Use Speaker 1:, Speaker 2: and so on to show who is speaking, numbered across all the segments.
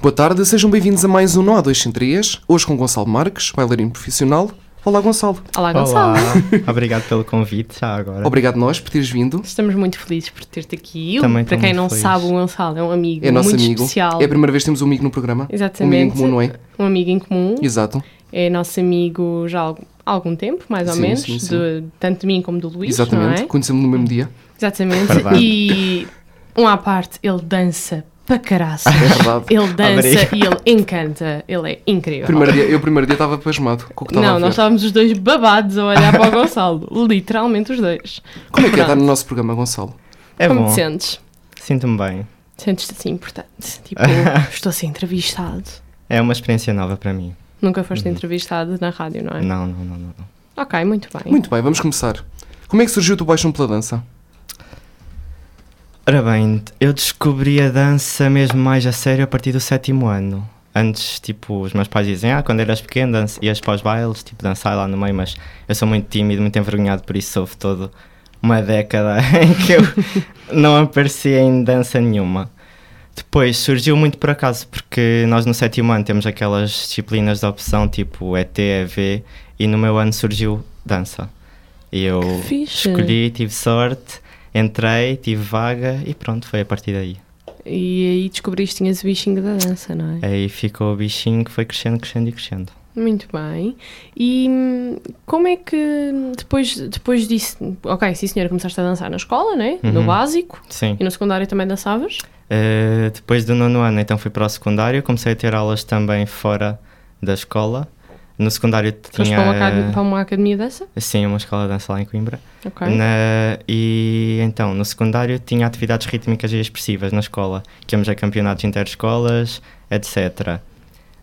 Speaker 1: Boa tarde, sejam bem-vindos a mais um No A2 em 3, hoje com Gonçalo Marques, bailarino profissional. Olá, Gonçalo.
Speaker 2: Olá,
Speaker 3: Olá,
Speaker 2: Gonçalo.
Speaker 3: obrigado pelo convite já agora.
Speaker 1: Obrigado nós por teres vindo.
Speaker 2: Estamos muito felizes por ter-te aqui.
Speaker 3: Também
Speaker 2: Para
Speaker 3: estou
Speaker 2: quem
Speaker 3: muito
Speaker 2: não
Speaker 3: feliz.
Speaker 2: sabe, o Gonçalo é um amigo
Speaker 1: É nosso
Speaker 2: muito
Speaker 1: amigo.
Speaker 2: especial.
Speaker 1: É a primeira vez que temos um amigo no programa. Um amigo
Speaker 2: Exatamente.
Speaker 1: em comum, não é?
Speaker 2: Um amigo em comum.
Speaker 1: Exato.
Speaker 2: É nosso amigo já há algum, há algum tempo, mais ou
Speaker 1: Sim,
Speaker 2: menos,
Speaker 1: sim, sim.
Speaker 2: de- tanto de mim como do Luís,
Speaker 1: Exatamente.
Speaker 2: não é?
Speaker 1: Conhecemos no mesmo dia.
Speaker 2: Exatamente.
Speaker 3: Verdade.
Speaker 2: E um à parte, ele dança para caraças.
Speaker 1: É verdade.
Speaker 2: Ele dança
Speaker 3: Obrigado.
Speaker 2: e ele encanta. Ele é incrível.
Speaker 1: Primeiro dia, eu primeiro dia estava pasmado com o que estava
Speaker 2: não,
Speaker 1: a ver.
Speaker 2: nós estávamos os dois babados a olhar para o Gonçalo. Literalmente os dois.
Speaker 1: Como é que é estar
Speaker 2: Pronto.
Speaker 1: no nosso programa, Gonçalo?
Speaker 3: É
Speaker 2: Como
Speaker 3: bom,
Speaker 2: te sentes?
Speaker 3: sinto-me bem.
Speaker 2: Sentes-te assim importante. Tipo, estou a ser entrevistado.
Speaker 3: É uma experiência nova para mim.
Speaker 2: Nunca foste entrevistado na rádio, não é?
Speaker 3: Uhum. Não, não, não, não. não.
Speaker 2: Ok, muito bem.
Speaker 1: Muito bem, vamos começar. Como é que surgiu o teu paixão pela dança?
Speaker 3: Ora bem, eu descobri a dança mesmo mais a sério a partir do sétimo ano. Antes, tipo, os meus pais dizem, ah, quando eras pequeno dança, ias para os bailes, tipo, dançar lá no meio, mas eu sou muito tímido, muito envergonhado, por isso houve todo uma década em que eu não aparecia em dança nenhuma. Depois surgiu muito por acaso, porque nós no sétimo ano temos aquelas disciplinas de opção tipo ET, EV, e no meu ano surgiu dança. E eu
Speaker 2: Que fixe.
Speaker 3: escolhi, tive sorte, entrei, tive vaga e pronto, foi a partir daí.
Speaker 2: E aí descobriste que tinhas o bichinho da dança, não é?
Speaker 3: Aí ficou o bichinho que foi crescendo, crescendo e crescendo.
Speaker 2: Muito bem. E hum, como é que depois, depois disso... Ok, sim senhora, começaste a dançar na escola, não é? No
Speaker 3: Uhum.
Speaker 2: básico.
Speaker 3: Sim.
Speaker 2: E no secundário também dançavas?
Speaker 3: Eh, depois do nono ano, então fui para o secundário, comecei a ter aulas também fora da escola. No secundário
Speaker 2: Foste
Speaker 3: tinha.
Speaker 2: para, uma acad- para uma academia de dança?
Speaker 3: Sim, uma escola de dança lá em Coimbra.
Speaker 2: Ok.
Speaker 3: Na- e então, no secundário tinha atividades rítmicas e expressivas na escola, que íamos a campeonatos interescolas, etc.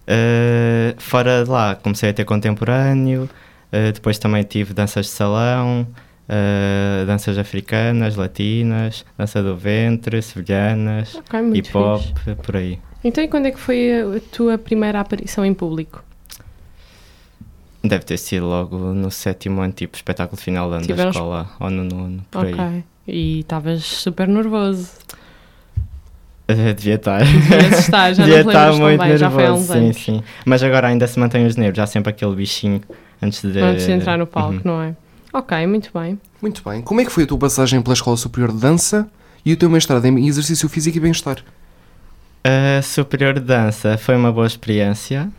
Speaker 3: Eh, fora de lá, comecei a ter contemporâneo, eh, depois também tive danças de salão, eh, danças africanas, latinas, dança do ventre, sevilhanas,
Speaker 2: Ok, Ah, muito
Speaker 3: hip hop,
Speaker 2: fixe.
Speaker 3: por aí.
Speaker 2: Então e quando é que foi a, a tua primeira aparição em público?
Speaker 3: Deve ter sido logo no sétimo ano, tipo espetáculo de final de ano da
Speaker 2: Tiveram-
Speaker 3: escola, ou no nono, por
Speaker 2: Ok.
Speaker 3: aí.
Speaker 2: E estavas super nervoso.
Speaker 3: Eh, devia estar.
Speaker 2: Devias estar, já não te
Speaker 3: Devia
Speaker 2: lembras
Speaker 3: estar
Speaker 2: tão
Speaker 3: muito
Speaker 2: bem,
Speaker 3: nervoso,
Speaker 2: já foi há uns
Speaker 3: sim,
Speaker 2: anos.
Speaker 3: sim. Mas agora ainda se mantém os nervos, há sempre aquele bichinho antes de...
Speaker 2: Antes de entrar no palco,
Speaker 3: Uhum.
Speaker 2: não é? Ok, muito bem.
Speaker 1: Muito bem. Como é que foi a tua passagem pela Escola Superior de Dança e o teu mestrado em Exercício Físico e Bem-Estar?
Speaker 3: A superior de dança foi uma boa experiência.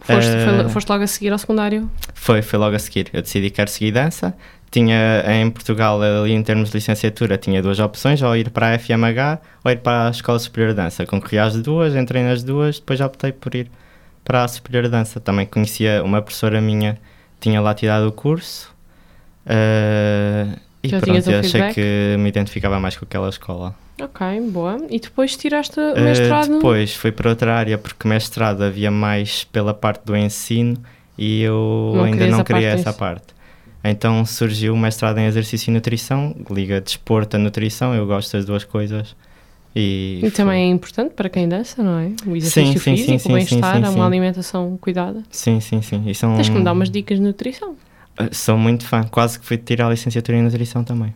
Speaker 2: Foste, foi-
Speaker 3: Eh,
Speaker 2: foste logo a seguir ao secundário?
Speaker 3: Foi, foi logo a seguir. Eu decidi que quero seguir dança. Tinha em Portugal, ali em termos de licenciatura, tinha duas opções, ou ir para a FMH ou ir para a Escola Superior de Dança. Concorri às duas, entrei nas duas, depois já optei por ir para a Superior de Dança. Também conhecia uma professora minha, tinha lá tirado o curso. eh, e
Speaker 2: Já tinhas
Speaker 3: pronto,
Speaker 2: um
Speaker 3: eu achei
Speaker 2: feedback?
Speaker 3: que me identificava mais com aquela escola.
Speaker 2: Ok, boa. E depois tiraste o
Speaker 3: Eh,
Speaker 2: mestrado?
Speaker 3: depois fui para outra área porque mestrado havia mais pela parte do ensino e eu
Speaker 2: Não
Speaker 3: ainda
Speaker 2: querias a
Speaker 3: não
Speaker 2: parte
Speaker 3: queria
Speaker 2: do
Speaker 3: essa
Speaker 2: ensino.
Speaker 3: parte. Então surgiu o mestrado em exercício e nutrição, liga desporto a nutrição, eu gosto das duas coisas. E,
Speaker 2: e
Speaker 3: fui.
Speaker 2: também é importante para quem dança, não é? O exercício
Speaker 3: Sim, sim,
Speaker 2: físico,
Speaker 3: sim, sim,
Speaker 2: o bem-estar,
Speaker 3: sim, Hum. sim,
Speaker 2: uma
Speaker 3: sim.
Speaker 2: alimentação cuidada.
Speaker 3: Sim, sim, sim. E são...
Speaker 2: Tens que me dar umas dicas de nutrição.
Speaker 3: Ah, Sou muito fã, quase que fui tirar a licenciatura em nutrição também.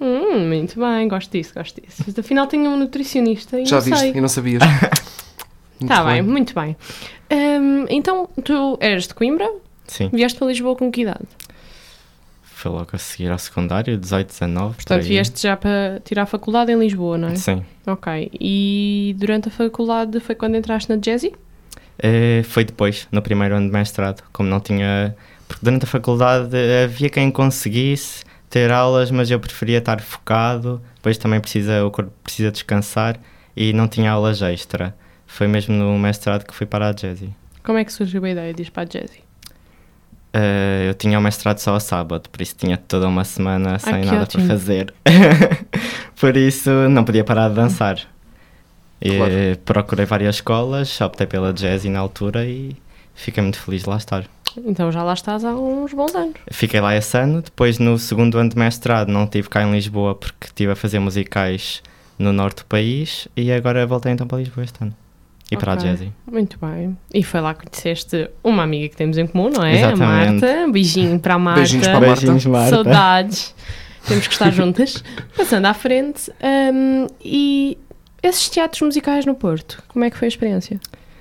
Speaker 2: Hum, muito bem, gosto disso, gosto disso. Mas afinal tenho um nutricionista e
Speaker 1: Já
Speaker 2: não
Speaker 1: viste
Speaker 2: sei.
Speaker 1: e não sabias. Muito
Speaker 2: Tá bem, muito bem. Hum, então, tu eras de Coimbra,
Speaker 3: Sim,
Speaker 2: vieste para Lisboa com que idade?
Speaker 3: foi logo a seguir ao secundário, 18, 19. por
Speaker 2: Portanto,
Speaker 3: aí.
Speaker 2: vieste já para tirar a faculdade em Lisboa, não é?
Speaker 3: Sim.
Speaker 2: Ok. E durante a faculdade foi quando entraste na Jazzy?
Speaker 3: Eh, foi depois, no primeiro ano de mestrado, como não tinha. Porque durante a faculdade eh, havia quem conseguisse ter aulas, mas eu preferia estar focado, depois também precisa, o corpo precisa descansar e não tinha aulas extra. Foi mesmo no mestrado que fui para a Jazzy.
Speaker 2: Como é que surgiu a ideia de ir para a Jazzy?
Speaker 3: Eh, eu tinha o mestrado só ao sábado, por isso tinha toda uma semana sem
Speaker 2: que
Speaker 3: nada
Speaker 2: ótimo.
Speaker 3: por fazer. por isso não podia parar de dançar. E
Speaker 1: Claro.
Speaker 3: procurei várias escolas, optei pela Jazzy na altura e fiquei muito feliz de lá estar.
Speaker 2: Então já lá estás há uns bons anos.
Speaker 3: Fiquei lá esse ano, depois no segundo ano de mestrado não estive cá em Lisboa porque estive a fazer musicais no norte do país e agora voltei então para Lisboa este ano. E para a
Speaker 2: Ok.
Speaker 3: Jazzy.
Speaker 2: Muito bem. E foi lá que conheceste uma amiga que temos em comum, não é? A
Speaker 3: Exatamente.
Speaker 2: Marta. Beijinho para a Ah, Marta.
Speaker 1: Beijinhos para a Marta. Beijinhos,
Speaker 2: Saudades. Temos que estar juntas. Passando à frente. hum, e Esses teatros musicais no Porto, como é que foi a experiência?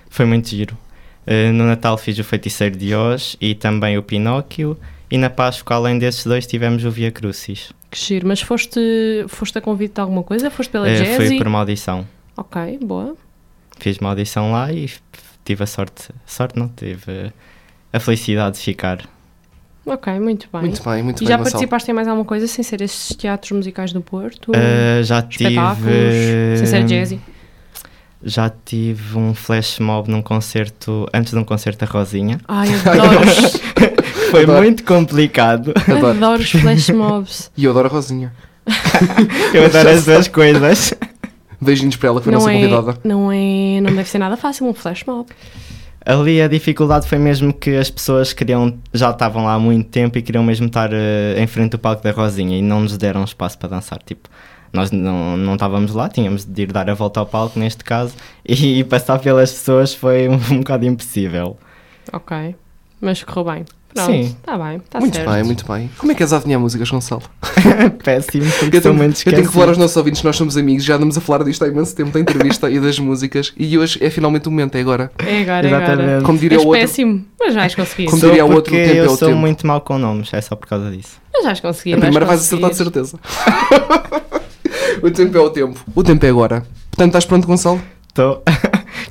Speaker 3: Foi muito giro. Eh, no Natal fiz o Feiticeiro de Oz e também o Pinóquio. E na Páscoa, além desses dois, tivemos o Via Crucis.
Speaker 2: Que giro, mas foste, foste a convite de alguma coisa? Foste pela
Speaker 3: Eh,
Speaker 2: Jazzy?
Speaker 3: Foi por maldição.
Speaker 2: Ok, boa.
Speaker 3: Fiz uma audição lá e f- tive a sorte. Sorte não, tive eh, a felicidade de ficar.
Speaker 2: Ok, muito bem.
Speaker 1: Muito bem, muito
Speaker 2: e
Speaker 1: bem,
Speaker 2: já
Speaker 1: Gonçalo.
Speaker 2: participaste em mais alguma coisa sem ser esses teatros musicais do Porto?
Speaker 3: Eh, já
Speaker 2: Uh, espetáculos?
Speaker 3: tive.
Speaker 2: sem ser jazzy?
Speaker 3: Já tive um flash mob num concerto, antes de um concerto da Rosinha.
Speaker 2: Ai, adoro,
Speaker 3: Foi
Speaker 1: Adoro.
Speaker 3: muito complicado.
Speaker 1: Adoro.
Speaker 2: adoro os flash mobs.
Speaker 1: E eu adoro a Rosinha.
Speaker 3: Eu adoro as duas coisas.
Speaker 1: Beijinhos para ela, que foi a
Speaker 2: Não
Speaker 1: nossa
Speaker 2: é,
Speaker 1: convidada.
Speaker 2: não é, não deve ser nada fácil um flash mob.
Speaker 3: Ali a dificuldade foi mesmo que as pessoas queriam, já estavam lá há muito tempo e queriam mesmo estar eh, em frente do palco da Rosinha e não nos deram espaço para dançar. Tipo, nós não, não estávamos lá, tínhamos de ir dar a volta ao palco neste caso e, passar pelas pessoas foi um, bocado impossível.
Speaker 2: Ok, mas correu bem. Pronto,
Speaker 3: Sim.
Speaker 2: está bem, está
Speaker 1: muito
Speaker 2: Tá certo.
Speaker 1: bem, muito bem. Como é que és a adivinhar músicas, Gonçalo?
Speaker 3: Péssimo, porque
Speaker 1: Eu
Speaker 3: sou
Speaker 1: tenho,
Speaker 3: muito
Speaker 1: eu tenho que falar aos
Speaker 3: esquecido.
Speaker 1: nossos ouvintes, nós somos amigos, já andamos a falar disto há imenso tempo, da entrevista e das músicas, e hoje é finalmente o momento, é agora.
Speaker 2: É agora, é agora.
Speaker 3: Exatamente.
Speaker 1: Como diria
Speaker 2: És
Speaker 1: o outro,
Speaker 2: péssimo, mas vais conseguir.
Speaker 1: Como
Speaker 3: Sou
Speaker 1: diria o outro, o
Speaker 3: porque
Speaker 1: tempo é
Speaker 3: eu
Speaker 1: o
Speaker 3: sou
Speaker 1: tempo.
Speaker 3: muito mau com nomes, é só por causa disso.
Speaker 2: Mas vais conseguir.
Speaker 1: a primeira vais
Speaker 2: conseguir.
Speaker 1: acertar de certeza. o tempo é o tempo. O tempo é agora. Portanto, estás pronto, Gonçalo?
Speaker 3: Estou.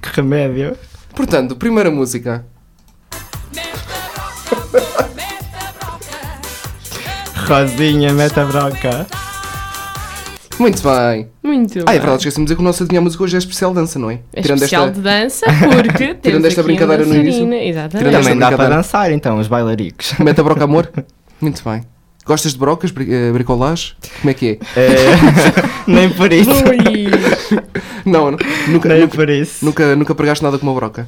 Speaker 3: que remédio.
Speaker 1: Portanto, primeira música.
Speaker 3: Rosinha, meta broca.
Speaker 1: Muito bem.
Speaker 2: Muito
Speaker 1: Ah, é
Speaker 2: bem.
Speaker 1: verdade, esqueci-me de dizer que o nosso adivinhar música hoje é especial dança, não é?
Speaker 2: É especial
Speaker 1: esta.
Speaker 2: de dança porque temos
Speaker 1: esta
Speaker 2: aqui
Speaker 1: brincadeira
Speaker 2: uma
Speaker 1: no início.
Speaker 2: dançarina. Exatamente.
Speaker 1: Tirando esta
Speaker 3: Também dá para
Speaker 1: brincadeira.
Speaker 3: dançar então, os bailaricos.
Speaker 1: Meta broca amor? Muito bem. Gostas de brocas, bri- eh, bricolage? Como é que é?
Speaker 3: É, nem por isso.
Speaker 2: Ui,
Speaker 1: Não, não- nunca,
Speaker 3: Nem
Speaker 1: nunca,
Speaker 3: por isso.
Speaker 1: nunca, nunca pregaste nada com uma broca.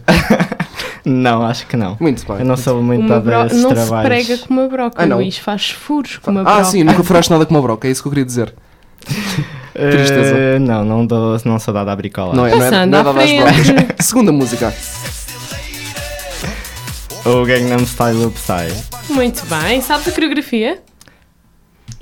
Speaker 3: Não, acho que não.
Speaker 1: Muito
Speaker 3: Eu
Speaker 1: bem.
Speaker 3: não sou muito
Speaker 2: uma
Speaker 3: dado a
Speaker 2: bro...
Speaker 3: esses
Speaker 2: Não se
Speaker 3: trabalhos.
Speaker 2: prega com uma broca,
Speaker 1: Ah, não.
Speaker 2: Luís. Faz furos com uma broca.
Speaker 1: Ah, sim, nunca furaste nada com uma broca, é isso que eu queria dizer.
Speaker 3: Eh,
Speaker 1: Tristeza.
Speaker 3: não, não, dou, não sou dado a bricola.
Speaker 1: Não é, não é,
Speaker 2: Passando
Speaker 1: não é
Speaker 2: à
Speaker 1: dada às
Speaker 2: frente.
Speaker 1: brocas. Segunda música. é.
Speaker 3: O Gangnam Style do Psy.
Speaker 2: Muito bem. Sabes a coreografia?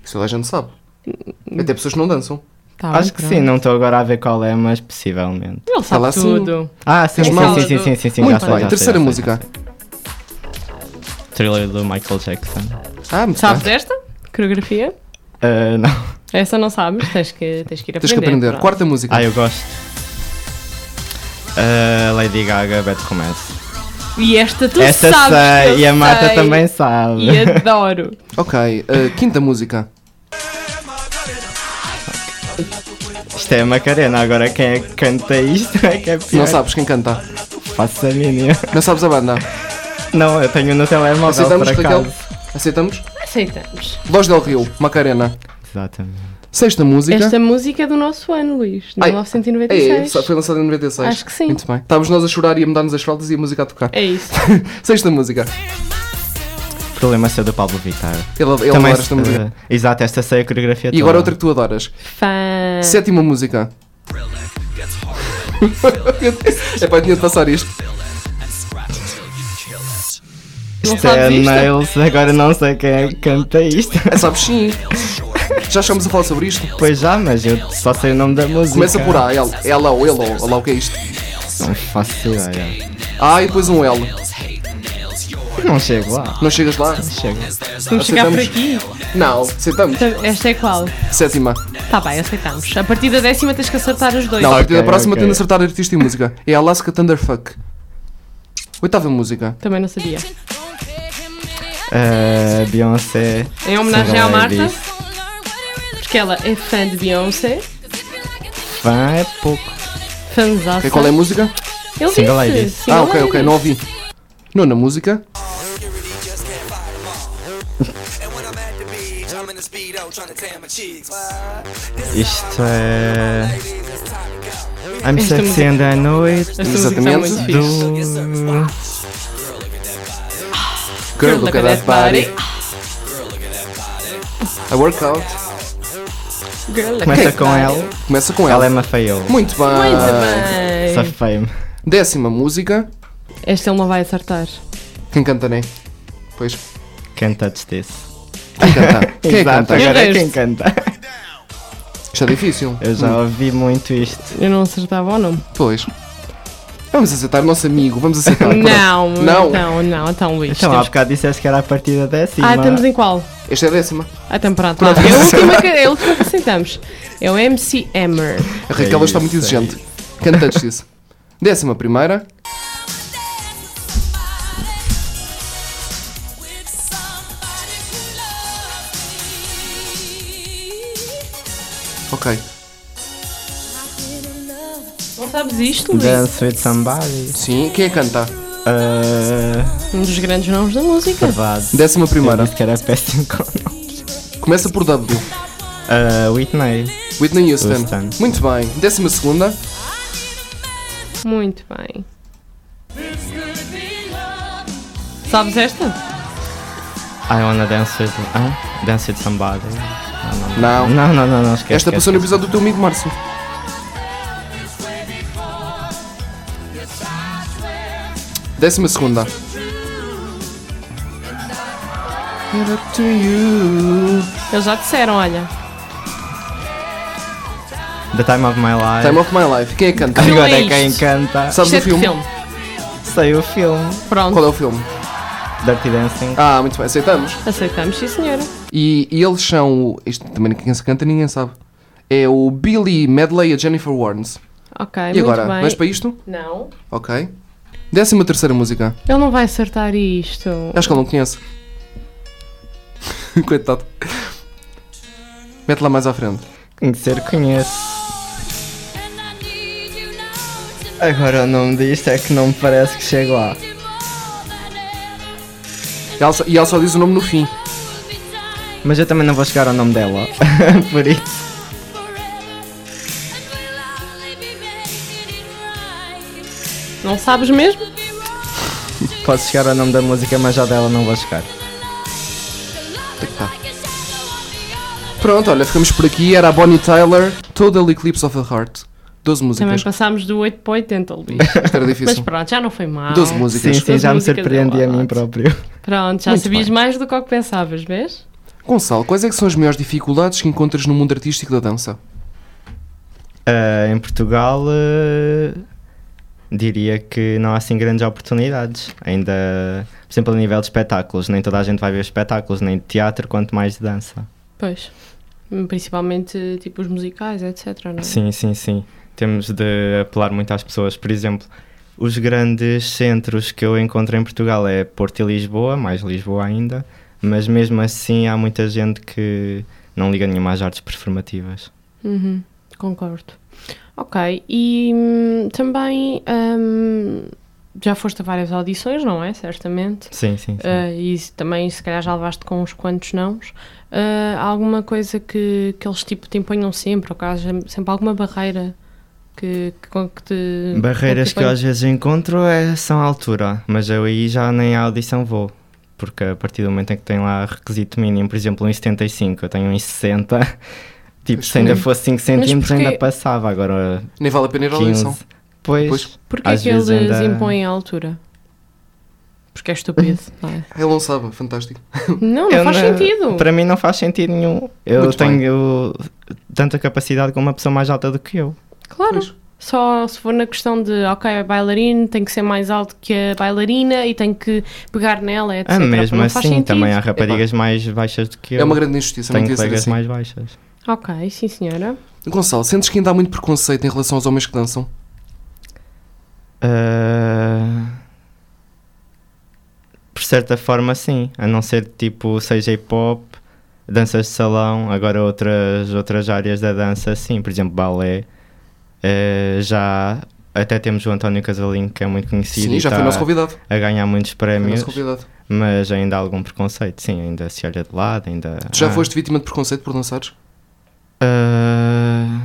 Speaker 1: Isso toda a gente sabe.
Speaker 2: Hum.
Speaker 1: Até pessoas que não dançam.
Speaker 2: Tá
Speaker 3: Acho
Speaker 2: bem,
Speaker 3: que
Speaker 2: pronto.
Speaker 3: sim, não estou agora a ver qual é, mas possivelmente.
Speaker 2: Ele sabe
Speaker 1: Fala assim.
Speaker 2: tudo.
Speaker 3: Ah, sim,
Speaker 2: É
Speaker 3: sim,
Speaker 2: sala
Speaker 3: sim, sim,
Speaker 2: do-
Speaker 3: sim, sim, sim, já
Speaker 1: Muito
Speaker 3: sei, já
Speaker 1: bem.
Speaker 3: sei,
Speaker 1: Terceira
Speaker 3: já sei.
Speaker 1: música.
Speaker 3: Thriller do Michael Jackson.
Speaker 1: Ah, muito
Speaker 2: Sabes
Speaker 1: bem.
Speaker 2: esta? Coreografia?
Speaker 3: Eh, não.
Speaker 2: Essa não sabes, tens que, tens que ir aprender.
Speaker 1: Tens que aprender.
Speaker 2: pronto.
Speaker 1: Quarta música.
Speaker 3: Ah, eu gosto. Eh, Lady Gaga, Bad Romance.
Speaker 2: E esta tu
Speaker 3: Essa
Speaker 2: sabes. eu
Speaker 3: sei, e a Marta
Speaker 2: sei.
Speaker 3: também sabe.
Speaker 2: E adoro.
Speaker 1: Ok. ah, quinta música.
Speaker 3: Isto é Macarena, agora quem é que canta isto é que é pior.
Speaker 1: Não sabes quem canta.
Speaker 3: Faço a mínima.
Speaker 1: Não sabes a banda.
Speaker 3: Não, eu tenho no telemóvel por
Speaker 1: Aceitamos, Raquel?
Speaker 3: acaso.
Speaker 1: Aceitamos?
Speaker 2: Aceitamos.
Speaker 1: Los del Rio, Macarena.
Speaker 3: Exatamente.
Speaker 1: Sexta música.
Speaker 2: Esta música é do nosso ano, Luís. de
Speaker 1: Ai, É,
Speaker 2: 1996.
Speaker 1: só- foi lançada em 96.
Speaker 2: Acho que sim.
Speaker 1: Muito bem. Estávamos nós a chorar e a mudar-nos as fraldas e a música a tocar.
Speaker 2: É isso.
Speaker 1: Sexta música.
Speaker 3: Problema seu do Pablo Vittar.
Speaker 1: Ele, ele
Speaker 3: Também
Speaker 1: adora esta música.
Speaker 3: eh, Exato, esta sei a coreografia
Speaker 1: E agora
Speaker 3: toda.
Speaker 1: outra que tu adoras.
Speaker 2: Fã.
Speaker 1: Sétima música. é pá, tinha de passar isto.
Speaker 2: Não
Speaker 3: Isto é
Speaker 2: sabes isto?
Speaker 3: Nails, agora não sei quem é que canta isto.
Speaker 1: É, sabes sim. Já chegámos a falar sobre isto.
Speaker 3: Pois já, mas eu só sei o nome da música.
Speaker 1: Começa por A, L, ela ou ele, ou lá o que é isto.
Speaker 3: Não faço ideia.
Speaker 1: A e depois um L.
Speaker 3: Não chego lá.
Speaker 1: Não chegas lá?
Speaker 3: Chego.
Speaker 2: Vamos chegar
Speaker 1: aceitamos.
Speaker 2: por aqui.
Speaker 1: Não, aceitamos.
Speaker 2: Então, Esta é qual?
Speaker 1: Sétima.
Speaker 2: Tá bem, aceitamos. A partir da décima tens que acertar os dois.
Speaker 1: Não, a partir da
Speaker 3: Ok,
Speaker 1: próxima
Speaker 3: ok.
Speaker 1: tendo a acertar artista e música. É Alaska Thunderfuck. Oitava música.
Speaker 2: Também não sabia.
Speaker 3: Eh, Beyoncé.
Speaker 2: Em homenagem à
Speaker 3: Single
Speaker 2: Marta,
Speaker 3: Ladies.
Speaker 2: porque ela é fã de Beyoncé,
Speaker 3: Fã é pouco.
Speaker 2: fãzassa.
Speaker 1: Ok, qual é a música?
Speaker 2: Ele disse.
Speaker 3: Single Ladies.
Speaker 1: ah,
Speaker 2: Single
Speaker 1: ok, ok,
Speaker 2: Ladies.
Speaker 1: não ouvi. Nona música.
Speaker 3: Isto é. I'm
Speaker 2: Esta música-
Speaker 3: sexy à noite.
Speaker 2: Esta música está
Speaker 1: Exatamente.
Speaker 2: muito fixe.
Speaker 3: Do...
Speaker 1: Girl, look at that body. A workout. Ah,
Speaker 2: Girl,
Speaker 3: Começa com ela.
Speaker 1: Começa com
Speaker 3: Ela
Speaker 1: ela.
Speaker 3: é uma fail.
Speaker 1: Muito bem.
Speaker 2: Muito
Speaker 3: Essa
Speaker 2: bem.
Speaker 3: fame.
Speaker 1: Décima música.
Speaker 2: Esta ele não vai acertar.
Speaker 1: Quem canta, né? Pois.
Speaker 3: Can't touch this.
Speaker 1: Quem canta? Quem é que
Speaker 3: Exato,
Speaker 1: canta? Hum.
Speaker 3: agora é
Speaker 2: Quem
Speaker 3: quem canta.
Speaker 1: Está difícil.
Speaker 3: Eu já ouvi muito isto.
Speaker 2: Eu não acertava o nome.
Speaker 3: Tá,
Speaker 1: Pois. Vamos aceitar o nosso amigo, vamos aceitar. pronto.
Speaker 2: Não,
Speaker 1: Não.
Speaker 2: não, não, não. Então, Luís.
Speaker 3: Então, há
Speaker 2: temos-
Speaker 3: bocado disseste que era a partida décima.
Speaker 2: Ah, estamos em qual?
Speaker 1: Esta é a décima.
Speaker 2: Ah, então pronto. lá. É a última que, é a última que aceitamos. É o MC Hammer.
Speaker 1: A Raquel hoje está muito
Speaker 3: isso, é
Speaker 1: exigente. Canta antes disso. Décima primeira.
Speaker 4: with somebody who loves me.
Speaker 1: Ok.
Speaker 2: Não sabes isto, Luís?
Speaker 3: Dance with somebody.
Speaker 1: Sim, quem é que canta?
Speaker 3: Uh,
Speaker 2: Um dos grandes nomes da música.
Speaker 3: Pavado.
Speaker 1: Décima primeira.
Speaker 3: Eu disse que era péssimo com nome.
Speaker 1: Começa por W.
Speaker 3: Uh, Whitney.
Speaker 1: Whitney Houston.
Speaker 3: Houston.
Speaker 1: Muito bem. Décima segunda.
Speaker 2: Muito bem. Sabes esta?
Speaker 3: I wanna dance with... Hã? Dance with somebody.
Speaker 1: Não.
Speaker 3: Não, não, não, não,
Speaker 1: Esta
Speaker 3: esquece. esquece.
Speaker 1: passou no episódio do teu amigo Márcio. Décima segunda. Get up to you.
Speaker 2: Eles já disseram, olha.
Speaker 3: The Time of My Life.
Speaker 1: Time of my life. Quem é que canta?
Speaker 2: Não
Speaker 3: Agora
Speaker 2: é
Speaker 3: é quem
Speaker 2: isto.
Speaker 3: canta.
Speaker 1: Sabes o
Speaker 2: Isto é de que
Speaker 1: filme?
Speaker 2: filme?
Speaker 3: Saiu o filme.
Speaker 2: Pronto.
Speaker 1: Qual é o filme?
Speaker 3: Dirty Dancing.
Speaker 1: Ah, muito bem, aceitamos.
Speaker 2: Aceitamos, sim, senhora.
Speaker 1: E, e eles são. o- Isto também quem se canta ninguém sabe. É o Billy Medley e a Jennifer Warnes.
Speaker 2: Ok,
Speaker 1: e
Speaker 2: É muito
Speaker 1: agora,
Speaker 2: bem.
Speaker 1: vais para isto?
Speaker 2: Não.
Speaker 1: Ok. Décima terceira música.
Speaker 2: Ele não vai acertar isto.
Speaker 1: Acho que ele não conhece. Coitado. Mete lá mais à frente.
Speaker 3: Conhecer, conheço.
Speaker 4: And I need you now to
Speaker 3: Agora o nome disto é que não me parece que chego lá.
Speaker 4: do more than ever.
Speaker 1: E ela, só, e ela só diz o nome no fim.
Speaker 4: We'll be dying
Speaker 3: Mas eu também não vou chegar ao nome dela. Por isso.
Speaker 4: forever. And we'll only be making it right.
Speaker 2: Não sabes mesmo?
Speaker 4: We'll be wrong.
Speaker 3: Posso chegar ao nome da música, mas já dela não vou chegar.
Speaker 1: Tá. Pronto, olha, ficamos por aqui. Era a Bonnie Tyler, Total Eclipse of the Heart. 12
Speaker 2: Também
Speaker 1: músicas.
Speaker 2: passámos do 8 para 80, Luís.
Speaker 1: Isto era
Speaker 2: Mas
Speaker 1: difícil.
Speaker 2: pronto, já não foi mal.
Speaker 1: 12 músicas.
Speaker 3: Sim, sim,
Speaker 2: As
Speaker 3: já me
Speaker 2: músicas
Speaker 3: surpreendi a
Speaker 2: dela.
Speaker 3: mim próprio.
Speaker 2: Pronto, já
Speaker 1: Muito
Speaker 2: sabias
Speaker 1: bem.
Speaker 2: mais do que o que pensavas, vês?
Speaker 1: Gonçalo, quais é que são as maiores dificuldades que encontras no mundo artístico da dança?
Speaker 3: Ah, em Portugal, ah, diria que não há assim grandes oportunidades. Ainda, por exemplo, a nível de espetáculos, nem toda a gente vai ver espetáculos, nem de teatro, quanto mais de dança.
Speaker 2: Pois. Principalmente tipo os musicais, etc. Não é?
Speaker 3: Sim, sim, sim. Temos de apelar muito às pessoas. Por exemplo, os grandes centros que eu encontro em Portugal é Porto e Lisboa, mais Lisboa ainda, mas mesmo assim há muita gente que não liga nenhuma às artes performativas.
Speaker 2: Uhum, concordo. Ok, e hum, também hum, já foste a várias audições, não é? Certamente.
Speaker 3: Sim, sim, sim.
Speaker 2: Ah, e se- também, se calhar, já levaste com uns quantos nãos. Ah, há alguma coisa que, que eles tipo, te imponham sempre, ou que haja sempre alguma barreira que, que, com que te.
Speaker 3: Barreiras
Speaker 2: com
Speaker 3: que
Speaker 2: te
Speaker 3: eu às vezes encontro é, são a altura, mas eu aí já nem à audição vou. Porque a partir do momento em que tem lá requisito mínimo, por exemplo, 1,75, eu tenho 1,60, tipo, se ainda fosse 5 centímetros ainda
Speaker 2: porquê-
Speaker 3: passava, agora
Speaker 1: Nem vale a pena ir à audição.
Speaker 3: 15. Pois,
Speaker 1: Pois.
Speaker 2: Porquê
Speaker 3: às
Speaker 2: que eles
Speaker 3: vezes ainda-
Speaker 2: impõem a altura? Porque é estúpido, não é?
Speaker 1: Ah, Ele não sabe, fantástico.
Speaker 2: Não, não
Speaker 3: Então, Eu
Speaker 2: faz
Speaker 3: não- é-
Speaker 2: sentido.
Speaker 3: Para mim não faz sentido nenhum. Eu
Speaker 1: Muito bem.
Speaker 3: tenho tanta capacidade como uma pessoa mais alta do que eu.
Speaker 2: Claro.
Speaker 1: Pois.
Speaker 2: Só se for na questão de, ok, o bailarino tem que ser mais alto que a bailarina e tem que pegar nela, etc.
Speaker 3: Ah, mesmo
Speaker 2: não faz
Speaker 3: assim,
Speaker 2: sentido.
Speaker 3: também há raparigas mais baixas do que eu.
Speaker 1: É uma grande injustiça, não devia
Speaker 3: tenho
Speaker 1: ser
Speaker 3: colegas
Speaker 1: assim.
Speaker 3: mais baixas.
Speaker 2: Ok, sim senhora.
Speaker 1: Gonçalo, sentes que ainda há muito preconceito em relação aos homens que dançam?
Speaker 3: Ah, por certa forma, sim. A não ser tipo, seja hip hop, danças de salão, agora outras, outras áreas da dança, sim. Por exemplo, balé. Ah, já até temos o António Casalinho, que é muito conhecido
Speaker 1: Sim,
Speaker 3: e
Speaker 1: já foi
Speaker 3: tá
Speaker 1: nosso convidado.
Speaker 3: a ganhar muitos
Speaker 1: Foi
Speaker 3: prémios.
Speaker 1: nosso convidado.
Speaker 3: Mas ainda há algum preconceito, sim, ainda se olha de lado, ainda.
Speaker 1: Tu já
Speaker 3: Ah.
Speaker 1: foste vítima de preconceito por dançares?
Speaker 3: Ah,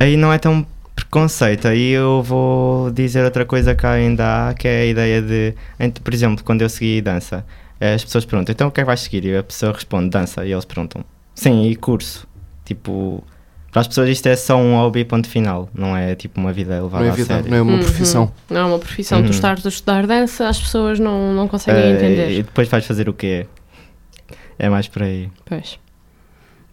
Speaker 3: Aí não é tão preconceito, aí eu vou dizer outra coisa que ainda há, que é a ideia de. ent- Por exemplo, quando eu segui dança, eh, as pessoas perguntam, então o que é que vais seguir? E a pessoa responde, dança, e eles perguntam, sim, e curso. Tipo, para as pessoas isto é só um hobby, ponto final, não é tipo uma vida levada
Speaker 1: não é
Speaker 3: a
Speaker 1: vida,
Speaker 3: sério.
Speaker 1: não é uma
Speaker 2: Uhum.
Speaker 1: profissão.
Speaker 2: Não é uma profissão.
Speaker 3: Uhum.
Speaker 2: Tu estás a estudar dança, as pessoas não, não
Speaker 3: Ah,
Speaker 2: conseguem
Speaker 3: E
Speaker 2: entender.
Speaker 3: depois vais fazer o quê? É mais por aí.
Speaker 2: Pois.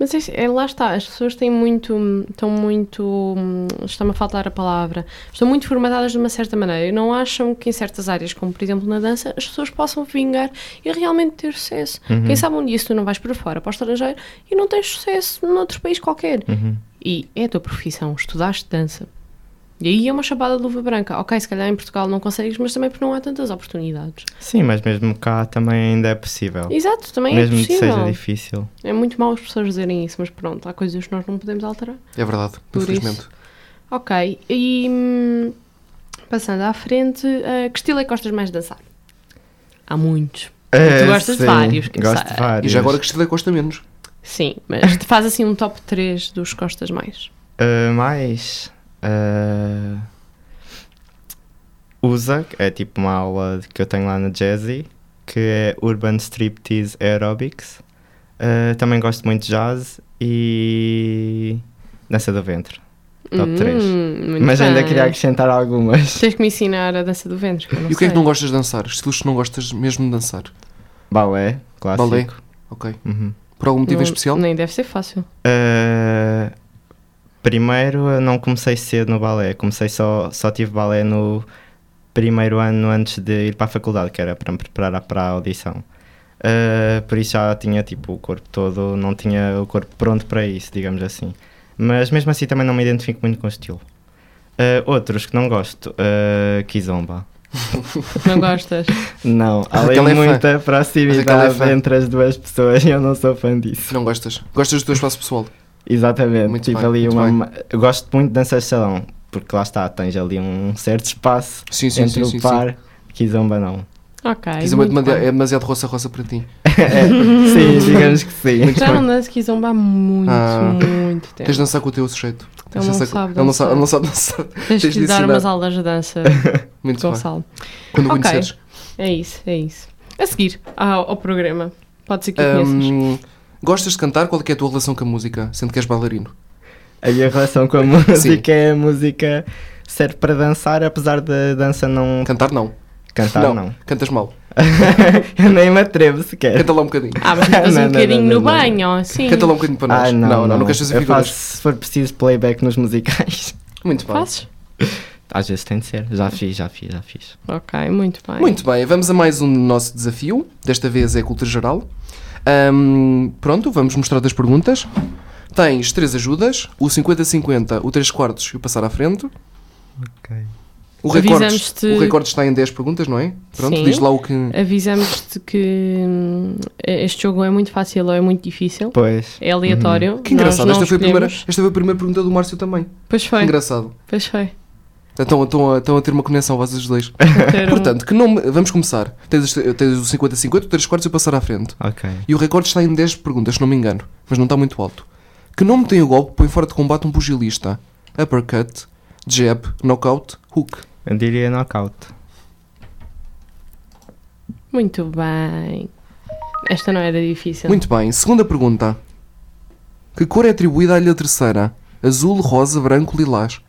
Speaker 2: Mas isso- é, lá está, as pessoas têm muito, hum, estão muito, hum, está-me a faltar a palavra, estão muito formatadas de uma certa maneira e não acham que em certas áreas, como por exemplo na dança, as pessoas possam vingar e realmente ter sucesso.
Speaker 3: Uhum.
Speaker 2: Quem sabe um dia se tu não vais para fora, para o estrangeiro, e não tens sucesso noutro país qualquer.
Speaker 3: Uhum.
Speaker 2: E é a tua profissão, estudaste dança. E aí é uma chapada de luva branca. Ok, se calhar em Portugal não consegues, mas também porque não há tantas oportunidades.
Speaker 3: Sim, mas mesmo cá também ainda é possível.
Speaker 2: Exato, também
Speaker 3: mesmo
Speaker 2: é
Speaker 3: que
Speaker 2: possível.
Speaker 3: seja difícil.
Speaker 2: É muito mal as pessoas dizerem isso, mas pronto, há coisas que nós não podemos alterar.
Speaker 1: É verdade,
Speaker 2: Por isso.
Speaker 1: infelizmente.
Speaker 2: Ok, e hum, passando à frente, eh, que estilo é que gostas mais de dançar? Há muitos. tu gostas de
Speaker 3: É, sim,
Speaker 2: vários, que eu
Speaker 3: Gosto
Speaker 2: sei.
Speaker 3: de vários.
Speaker 1: E já agora que Estela Costa menos.
Speaker 2: Sim, mas te faz assim um top 3 dos que gostas mais.
Speaker 3: Uh, mais. uh, usa, que é tipo uma aula de- que eu tenho lá na Jazzy, que é Urban Striptease Aerobics. Uh, também gosto muito de jazz e. Dança do ventre. Top três.
Speaker 2: Hum, muito
Speaker 3: Mas ainda
Speaker 2: bem.
Speaker 3: queria acrescentar algumas.
Speaker 2: Tens que me ensinar a dança do ventre. Que eu não
Speaker 1: E o que é que
Speaker 2: sei.
Speaker 1: não gostas de dançar? Estilos que não gostas mesmo de dançar?
Speaker 3: Balé, clássico.
Speaker 1: Balé? Ok.
Speaker 3: Uhum.
Speaker 1: Por algum um motivo em
Speaker 2: Não-
Speaker 1: especial?
Speaker 2: Nem deve ser fácil.
Speaker 3: Uh, primeiro, eu não comecei cedo no balé. Comecei só, só tive balé no primeiro ano antes de ir para a faculdade, que era para me preparar para a audição. Uh, por isso já tinha tipo o corpo todo, não tinha o corpo pronto para isso, digamos assim. Mas mesmo assim também não me identifico muito com o estilo. Uh, outros que não gosto, uh, Kizomba.
Speaker 2: Não gostas?
Speaker 3: Não,
Speaker 1: A
Speaker 3: há ali
Speaker 1: Raquel é fã.
Speaker 3: muita
Speaker 1: A Raquel é
Speaker 3: proximidade
Speaker 1: fã.
Speaker 3: entre as duas pessoas e eu não sou fã disso.
Speaker 1: Não gostas? Gostas do teu espaço pessoal?
Speaker 3: Exatamente,
Speaker 1: Muito
Speaker 3: tipo
Speaker 1: bem,
Speaker 3: ali
Speaker 1: muito
Speaker 3: uma. Eu gosto muito de danças de salão, porque lá está, tens ali um certo espaço
Speaker 1: Sim, sim,
Speaker 3: entre
Speaker 1: sim,
Speaker 3: o
Speaker 1: sim,
Speaker 3: par que zomba não.
Speaker 2: Ok.
Speaker 1: Quis uma
Speaker 2: muito
Speaker 1: demanda-
Speaker 2: bem.
Speaker 1: é demasiado roça-roça para ti.
Speaker 3: É, sim, digamos que sim.
Speaker 2: Já não danço que zomba há muito,
Speaker 1: Ah.
Speaker 2: muito tempo.
Speaker 1: Tens de dançar com o teu sujeito. Tens de
Speaker 2: É. não
Speaker 1: dançar com-
Speaker 2: sabe
Speaker 1: Ele não sabe,
Speaker 2: dançar.
Speaker 1: ele não sabe dançar.
Speaker 2: Tens
Speaker 1: Tens
Speaker 2: que
Speaker 1: de
Speaker 2: lhe dar
Speaker 1: ensinar.
Speaker 2: umas aulas de dança,
Speaker 1: Muito bem.
Speaker 2: Gonçalo.
Speaker 1: Quando o
Speaker 2: Ok.
Speaker 1: conheceres.
Speaker 2: É isso, é isso. A seguir ao, ao programa. Pode ser que o conheças.
Speaker 1: Ahm, gostas de cantar? Qual é que é a tua relação com a música? Sendo que és bailarino.
Speaker 3: A minha relação com a música é a música serve para dançar, apesar da dança não
Speaker 1: Cantar, não.
Speaker 3: cantar, não.
Speaker 1: Cantas mal.
Speaker 3: eu nem me atrevo sequer.
Speaker 1: Canta lá um bocadinho.
Speaker 2: Ah, mas cantas
Speaker 3: Não,
Speaker 2: um
Speaker 3: não,
Speaker 2: bocadinho
Speaker 3: não,
Speaker 2: no
Speaker 3: não, não.
Speaker 2: banho, ou assim.
Speaker 1: Canta lá um bocadinho para nós.
Speaker 3: Ah, não, não,
Speaker 1: não, queres fazer
Speaker 3: eu
Speaker 1: figuras.
Speaker 3: faço, se for preciso, playback nos musicais.
Speaker 1: Muito bem.
Speaker 2: Fazes?
Speaker 3: Às vezes tem de ser. Já fiz, já fiz, já fiz.
Speaker 2: Ok, muito bem.
Speaker 1: Muito bem, vamos a mais um nosso desafio. Desta vez é cultura geral. Ahm, pronto, vamos mostrar as perguntas. Tens três ajudas: o 50-50, o 3 quartos e o passar à frente.
Speaker 3: Ok.
Speaker 1: O recordes,
Speaker 2: Avisamos-te-
Speaker 1: o recordes está em 10 perguntas, não é? Pronto,
Speaker 2: Sim.
Speaker 1: diz lá o que.
Speaker 2: Avisamos-te que hum, este jogo é muito fácil ou é muito difícil.
Speaker 3: Pois.
Speaker 2: É aleatório.
Speaker 1: Uhum. Que engraçado,
Speaker 2: Nós
Speaker 1: esta
Speaker 2: não
Speaker 1: foi, a primeira,
Speaker 2: escolhemos.
Speaker 1: esta foi a primeira pergunta do Márcio também.
Speaker 2: Pois foi,
Speaker 1: Engraçado.
Speaker 2: pois foi.
Speaker 1: Então estão, a- estão a ter uma conexão, vocês dois.
Speaker 2: Ter um-
Speaker 1: Portanto, que nome. Vamos começar. Tens, este- tens o 50-50, o 3 quartos e o passar à frente.
Speaker 3: Ok.
Speaker 1: E o recorde está em 10 perguntas, se não me engano, mas não está muito alto. Que nome tem o golpe que põe fora de combate um pugilista? Uppercut, jab, knockout, hook.
Speaker 3: Eu diria knockout.
Speaker 2: Muito bem. Esta não era difícil.
Speaker 1: Muito bem, segunda pergunta. Que cor é atribuída à ilha terceira? Azul, rosa, branco, lilás.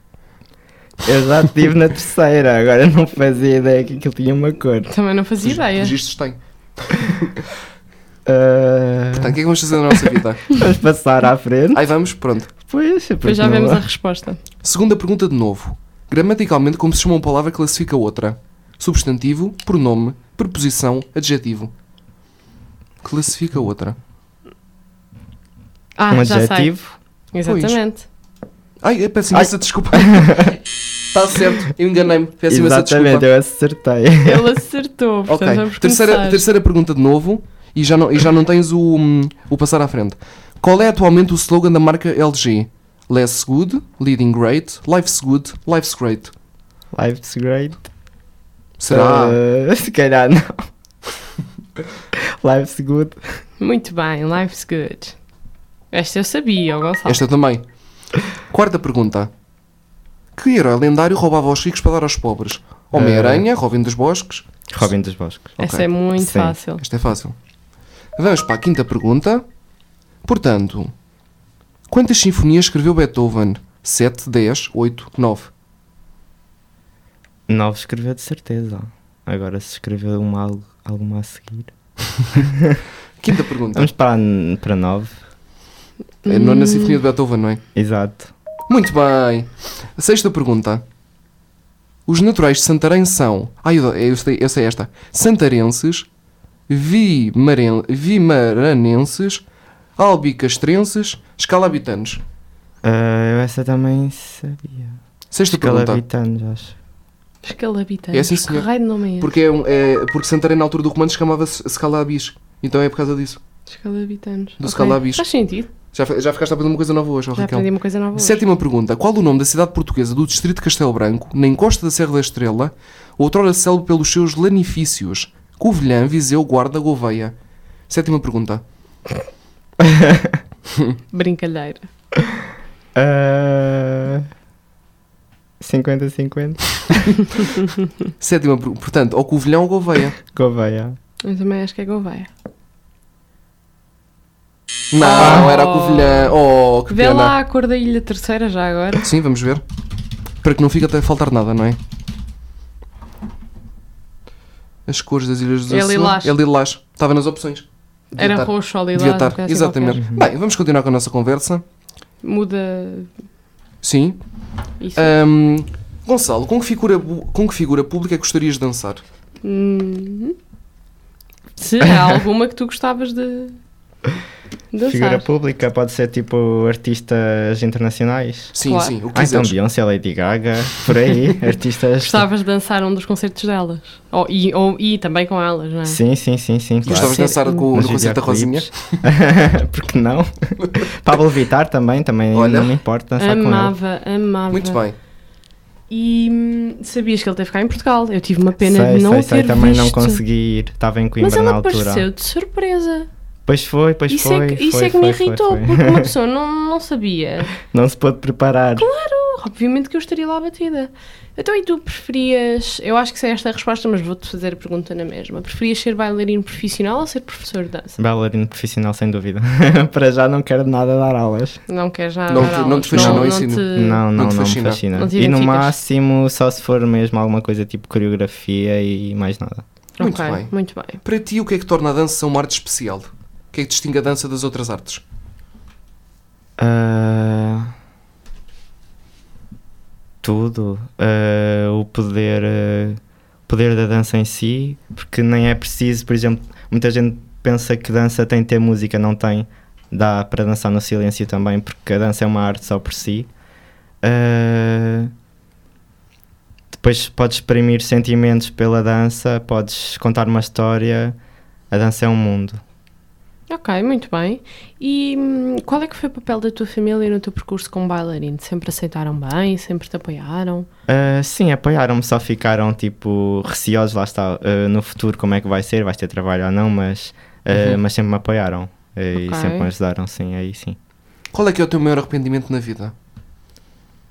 Speaker 3: Eu já estive na terceira, agora não fazia ideia que aquilo tinha uma cor.
Speaker 2: Também não fazia ideia.
Speaker 1: registros têm.
Speaker 3: Ah,
Speaker 1: Portanto, o que é que vamos fazer na nossa vida?
Speaker 3: vamos passar à frente.
Speaker 1: Aí vamos, pronto.
Speaker 3: Pois,
Speaker 2: Depois
Speaker 3: porque
Speaker 2: já
Speaker 3: não
Speaker 2: vemos
Speaker 3: há.
Speaker 2: a resposta.
Speaker 1: Segunda pergunta de novo. Gramaticalmente, como se chama uma palavra que classifica outra? Substantivo, pronome, preposição, adjetivo. Classifica outra.
Speaker 2: Ah,
Speaker 3: um
Speaker 2: já
Speaker 3: adjetivo.
Speaker 2: sei. Exatamente.
Speaker 1: Ai, eu peço imensa desculpa. Está Tá certo, eu enganei-me. Peço imensa
Speaker 3: Exatamente,
Speaker 1: desculpa.
Speaker 3: eu acertei.
Speaker 2: Ele acertou. Portanto, vamos
Speaker 1: Ok, terceira,
Speaker 2: começar.
Speaker 1: terceira pergunta de novo e já não, e já não tens o, hum, o passar à frente. Qual é atualmente o slogan da marca LG? Less good, leading great, life's good, life's great.
Speaker 3: Life's great.
Speaker 1: Será?
Speaker 3: Ah, se calhar não. Life's good.
Speaker 2: Muito bem, life's good. Esta eu sabia, ó Gonçalo.
Speaker 1: Esta também. Quarta pergunta. Que herói lendário roubava aos ricos para dar aos pobres?
Speaker 3: Eh.
Speaker 1: Homem-Aranha, Robin dos Bosques.
Speaker 3: Robin dos Bosques.
Speaker 2: Essa
Speaker 1: Ok.
Speaker 2: é muito
Speaker 3: Sim.
Speaker 2: fácil.
Speaker 1: Esta é fácil. Vamos para a quinta pergunta. Portanto, quantas sinfonias escreveu Beethoven? 7, 10, 8, 9.
Speaker 3: 9 escreveu de certeza. Agora se escreveu uma, al- alguma a seguir.
Speaker 1: Quinta pergunta.
Speaker 3: Vamos para, a n- para 9.
Speaker 1: É a nona sinfonia de Beethoven, não é?
Speaker 3: Exato.
Speaker 1: Muito bem. Sexta pergunta. Os naturais de Santarém são. Ah, eu, eu, sei, eu sei esta. Santarenses, vimaren, Vimaranenses, Albicastrenses, Escalabitanos.
Speaker 3: Ah, eu essa também sabia.
Speaker 1: Sexta pergunta.
Speaker 3: Escalabitanos, acho.
Speaker 2: Escalabitano.
Speaker 1: É, sim, senhor.
Speaker 2: Que raio de nome é esse?
Speaker 1: Porque, é um- é- porque Santarém, na altura do Romano, chamava-se Scalabis. Então é por causa disso.
Speaker 2: Escalabitanos.
Speaker 1: Do
Speaker 2: Ok.
Speaker 1: Scalabis.
Speaker 2: Faz sentido.
Speaker 1: Já, fe- já ficaste a aprender uma coisa nova hoje, ó
Speaker 2: Já
Speaker 1: Raquel.
Speaker 2: aprendi uma coisa nova. hoje.
Speaker 1: Sétima pergunta. Qual o nome da cidade portuguesa do distrito de Castelo Branco, na encosta da Serra da Estrela, outrora célebre pelos seus lanifícios? Covilhã, Viseu, Guarda, Gouveia. Sétima pergunta.
Speaker 2: Brincalheira.
Speaker 3: Ah, 50-50.
Speaker 1: Sétima pergunta. Portanto, ou Covilhã ou Gouveia.
Speaker 3: Gouveia.
Speaker 2: Eu também acho que é Gouveia.
Speaker 1: Não, era a Covilhã. Oh, que
Speaker 2: Vê
Speaker 1: pena.
Speaker 2: lá a cor da Ilha Terceira já agora.
Speaker 1: Sim, vamos ver. Para que não fique até a faltar nada, não é? As cores das Ilhas dos
Speaker 2: É
Speaker 1: Açores.
Speaker 2: lilás.
Speaker 1: É lilás. Estava nas opções. Devia
Speaker 2: Era
Speaker 1: estar.
Speaker 2: roxo ou lilás.
Speaker 1: Devia
Speaker 2: uma
Speaker 1: estar.
Speaker 2: coisa assim
Speaker 1: Exatamente. Bem, vamos continuar com a nossa conversa.
Speaker 2: qualquer. Muda
Speaker 1: Sim,
Speaker 2: isso.
Speaker 1: Ahm, Gonçalo, com que, figura, bu- com que figura pública gostarias de dançar?
Speaker 2: Hum. Se há alguma que tu gostavas de de dançar.
Speaker 3: Figura pública, pode ser tipo artistas internacionais.
Speaker 1: Sim,
Speaker 2: Claro.
Speaker 1: sim, o que
Speaker 3: Ah, então
Speaker 1: quiseres.
Speaker 3: Beyoncé, Lady Gaga, por aí, artistas.
Speaker 2: Gostavas de dançar um dos concertos delas. Ou, e, ou, e também com elas, não é?
Speaker 3: tipo, Sim, sim, sim, sim. Claro.
Speaker 1: Gostavas de dançar com,
Speaker 3: Nos
Speaker 1: no concerto da Rosinha?
Speaker 3: videoclipes. Porque não? Pablo Vittar também, também
Speaker 1: Olha.
Speaker 3: não me importa dançar com ele.
Speaker 2: Amava, amava.
Speaker 1: Muito bem.
Speaker 2: E hum, sabias que ele teve cá em Portugal. Eu tive uma pena
Speaker 3: sei,
Speaker 2: de não
Speaker 3: sei,
Speaker 2: o ter
Speaker 3: sei, também
Speaker 2: visto.
Speaker 3: não consegui ir. Estava em
Speaker 2: Mas
Speaker 3: Coimbra
Speaker 2: ele
Speaker 3: na altura.
Speaker 2: apareceu de surpresa.
Speaker 3: Pois foi, pois
Speaker 2: isso
Speaker 3: foi.
Speaker 2: é que, isso
Speaker 3: foi,
Speaker 2: é que me
Speaker 3: foi, foi,
Speaker 2: irritou,
Speaker 3: foi.
Speaker 2: porque uma pessoa não, não sabia.
Speaker 3: Não se pôde preparar.
Speaker 2: Obviamente que eu estaria lá batida. Então, e tu preferias. Eu acho que sei esta a resposta, mas vou-te fazer a pergunta na mesma. Preferias ser bailarino profissional ou ser professor de dança?
Speaker 3: Bailarino profissional, sem dúvida. Para já não quero nada dar aulas.
Speaker 2: Não queres já.
Speaker 1: Não
Speaker 2: dar
Speaker 1: te-
Speaker 2: aulas,
Speaker 1: não te fascina o
Speaker 2: te-
Speaker 1: ensino?
Speaker 3: Não,
Speaker 1: não
Speaker 3: não, não,
Speaker 1: te
Speaker 3: me
Speaker 1: fascina.
Speaker 3: fascina.
Speaker 2: Eh, Não te
Speaker 3: e no
Speaker 2: identificas.
Speaker 3: máximo só se for mesmo alguma coisa tipo coreografia e mais nada.
Speaker 1: Muito
Speaker 2: Ok,
Speaker 1: bem.
Speaker 2: Muito bem.
Speaker 1: Para ti, o que é que torna a dança uma arte especial? O que é que distingue a dança das outras artes?
Speaker 3: Ah, tudo. Ah, o poder, ah, o poder da dança em si, porque nem é preciso, por exemplo, muita gente pensa que dança tem de ter música, não tem. Dá para dançar no silêncio também, porque a dança é uma arte só por si. Ah, depois podes exprimir sentimentos pela dança, podes contar uma história. A dança é um mundo.
Speaker 2: Ok, muito bem. E hum, qual é que foi o papel da tua família no teu percurso como bailarino? Sempre aceitaram bem? Sempre te apoiaram?
Speaker 3: Uh, sim, apoiaram-me, só ficaram tipo receosos, lá está, uh, no futuro como é que vai ser, vais ter trabalho ou não, mas, uh, mas sempre me apoiaram uh,
Speaker 2: Uhum.
Speaker 3: e
Speaker 2: Ok.
Speaker 3: sempre me ajudaram, sim, aí sim.
Speaker 1: Qual é que é o teu maior arrependimento na vida?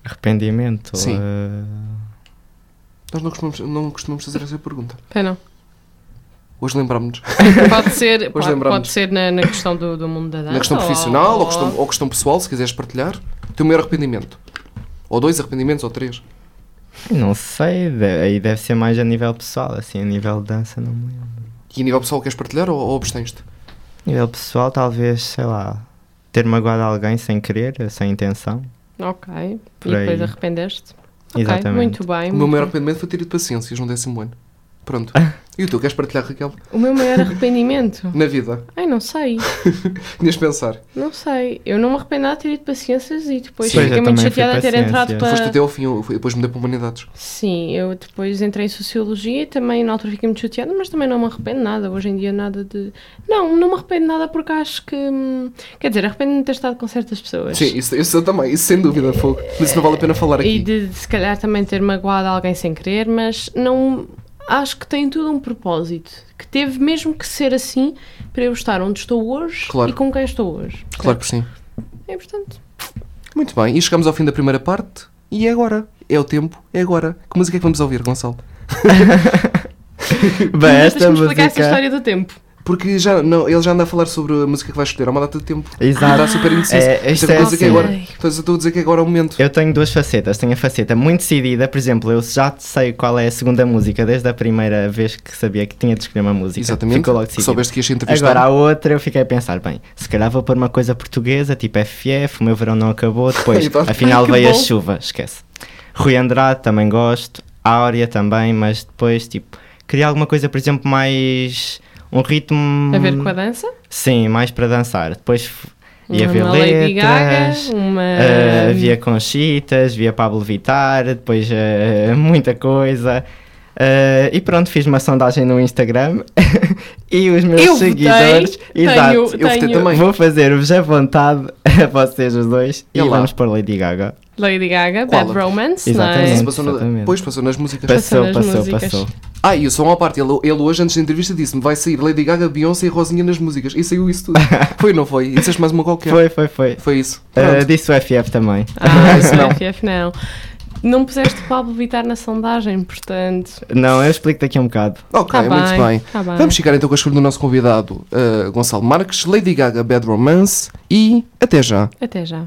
Speaker 3: Arrependimento?
Speaker 1: Sim.
Speaker 3: uh,
Speaker 1: Nós não costumamos, não costumamos fazer essa pergunta.
Speaker 2: Pena.
Speaker 1: Hoje lembrámos-nos.
Speaker 2: Pode ser,
Speaker 1: Pois
Speaker 2: pode,
Speaker 1: lembramos.
Speaker 2: pode ser na, na questão do, do mundo da dança.
Speaker 1: Na questão
Speaker 2: ou-
Speaker 1: profissional ou, questão, ou questão pessoal, se quiseres partilhar. O teu maior arrependimento. Ou dois arrependimentos, ou três.
Speaker 3: não sei, de- aí deve ser mais a nível pessoal, assim, a nível de dança, não me lembro.
Speaker 1: E a nível pessoal, queres partilhar ou, ou abstens-te?
Speaker 3: A nível pessoal, talvez, sei lá, ter magoado alguém sem querer, sem intenção.
Speaker 2: Ok.
Speaker 3: Por
Speaker 2: e
Speaker 3: aí.
Speaker 2: depois arrependeste? Ok,
Speaker 3: Exatamente.
Speaker 2: Muito bem.
Speaker 1: O meu
Speaker 2: muito
Speaker 1: maior
Speaker 2: bem.
Speaker 1: arrependimento foi ter ido paciências no décimo ano. Pronto. E o teu, queres partilhar, Raquel?
Speaker 2: O meu maior arrependimento?
Speaker 1: Na vida.
Speaker 2: Ai, não sei.
Speaker 1: Tinhas de pensar.
Speaker 2: Não sei. Eu não me arrependo nada de ter ido para ciências e depois
Speaker 3: Sim. Pois, eu
Speaker 2: fiquei muito
Speaker 3: também fui
Speaker 2: chateada de ter
Speaker 3: para
Speaker 2: entrado
Speaker 3: ciências.
Speaker 2: para.
Speaker 1: Foste até ao fim, eu fui- depois mudei para humanidades.
Speaker 2: Sim, eu depois entrei em Sociologia e também na altura fiquei muito chateada, mas também não me arrependo nada. Hoje em dia nada de... Não, não me arrependo nada porque acho que... hum, Quer dizer, arrependo-me de ter estado com certas pessoas.
Speaker 1: Sim, isso, isso eu também, isso sem dúvida, fogo. Mas isso não vale a pena falar
Speaker 2: E
Speaker 1: aqui.
Speaker 2: de, de se calhar também ter magoado alguém sem querer, mas não... Acho que tem tudo um propósito. Que teve mesmo que ser assim para eu estar onde estou hoje
Speaker 1: Claro.
Speaker 2: e com quem estou hoje.
Speaker 1: Claro que sim.
Speaker 2: É importante.
Speaker 1: Muito bem, e chegamos ao fim da primeira parte. E é agora. É o tempo, é agora. Que música é que vamos ouvir, Gonçalo?
Speaker 3: Bem, esta
Speaker 2: Deixa-me explicar essa
Speaker 3: música...
Speaker 2: história do tempo.
Speaker 1: Porque já, não, ele já anda a falar sobre a música que vai escolher há uma data de tempo.
Speaker 3: Exato.
Speaker 1: Está super indeciso.
Speaker 3: É, isto
Speaker 1: Então, estou
Speaker 3: é
Speaker 1: a dizer que
Speaker 3: assim.
Speaker 1: agora- então, eu estou a dizer que agora é o momento.
Speaker 3: Eu tenho duas facetas. Tenho a faceta muito decidida, por exemplo, eu já sei qual é a segunda música desde a primeira vez que sabia que tinha de escolher uma música.
Speaker 1: Exatamente.
Speaker 3: Ficou logo
Speaker 1: Que
Speaker 3: decidido.
Speaker 1: soubeste que ias ser entrevistado.
Speaker 3: Agora um a outra eu fiquei a pensar, bem, se calhar vou pôr uma coisa portuguesa, tipo FF, o meu verão não acabou, depois
Speaker 1: E pronto.
Speaker 3: afinal
Speaker 2: Ai, que
Speaker 3: veio a
Speaker 2: bom.
Speaker 3: chuva, esquece. Rui Andrade também gosto, Áurea também, mas depois tipo, queria alguma coisa, por exemplo, mais um ritmo
Speaker 2: A ver com a dança?
Speaker 3: Sim, mais para dançar. Depois f- ia
Speaker 2: uma
Speaker 3: ver
Speaker 2: Lady Gaga, um
Speaker 3: letras.
Speaker 2: uma.
Speaker 3: Uh, via Conchitas, via Pablo Vittar, depois uh, muita coisa. Uh, e pronto, fiz uma sondagem no Instagram e os meus
Speaker 2: eu votei,
Speaker 3: seguidores.
Speaker 2: tenho,
Speaker 3: exato,
Speaker 1: eu votei
Speaker 2: tenho
Speaker 1: também.
Speaker 3: vou fazer-vos à vontade a vocês os dois e
Speaker 1: E lá.
Speaker 3: vamos pôr Lady Gaga.
Speaker 2: Lady Gaga,
Speaker 1: Qual?
Speaker 2: Bad Romance, é?
Speaker 1: Isso
Speaker 3: Exatamente.
Speaker 1: passou na-
Speaker 3: Exatamente.
Speaker 1: Pois passou nas músicas.
Speaker 2: Passou
Speaker 3: Passou,
Speaker 2: nas
Speaker 3: passou,
Speaker 2: músicas.
Speaker 3: passou.
Speaker 1: Ah, e só uma parte, ele, ele hoje, antes da entrevista, disse-me: vai sair Lady Gaga, Beyoncé e Rosinha nas músicas. E saiu isso tudo. foi, não foi? E disseste mais uma qualquer.
Speaker 3: Foi, foi, foi.
Speaker 1: Foi isso.
Speaker 3: Uh,
Speaker 1: Pronto.
Speaker 3: disse o FF também.
Speaker 2: não é? Ah,
Speaker 1: Isso não.
Speaker 2: não. FF não. Não puseste Pablo Vittar na sondagem, portanto.
Speaker 3: Não, eu explico daqui a um bocado.
Speaker 1: ok,
Speaker 2: Tá
Speaker 1: muito
Speaker 2: bem,
Speaker 1: bem.
Speaker 2: tá bem.
Speaker 1: Vamos ficar então com a escolha do nosso convidado uh, Gonçalo Marques, Lady Gaga, Bad Romance e até já.
Speaker 2: Até já.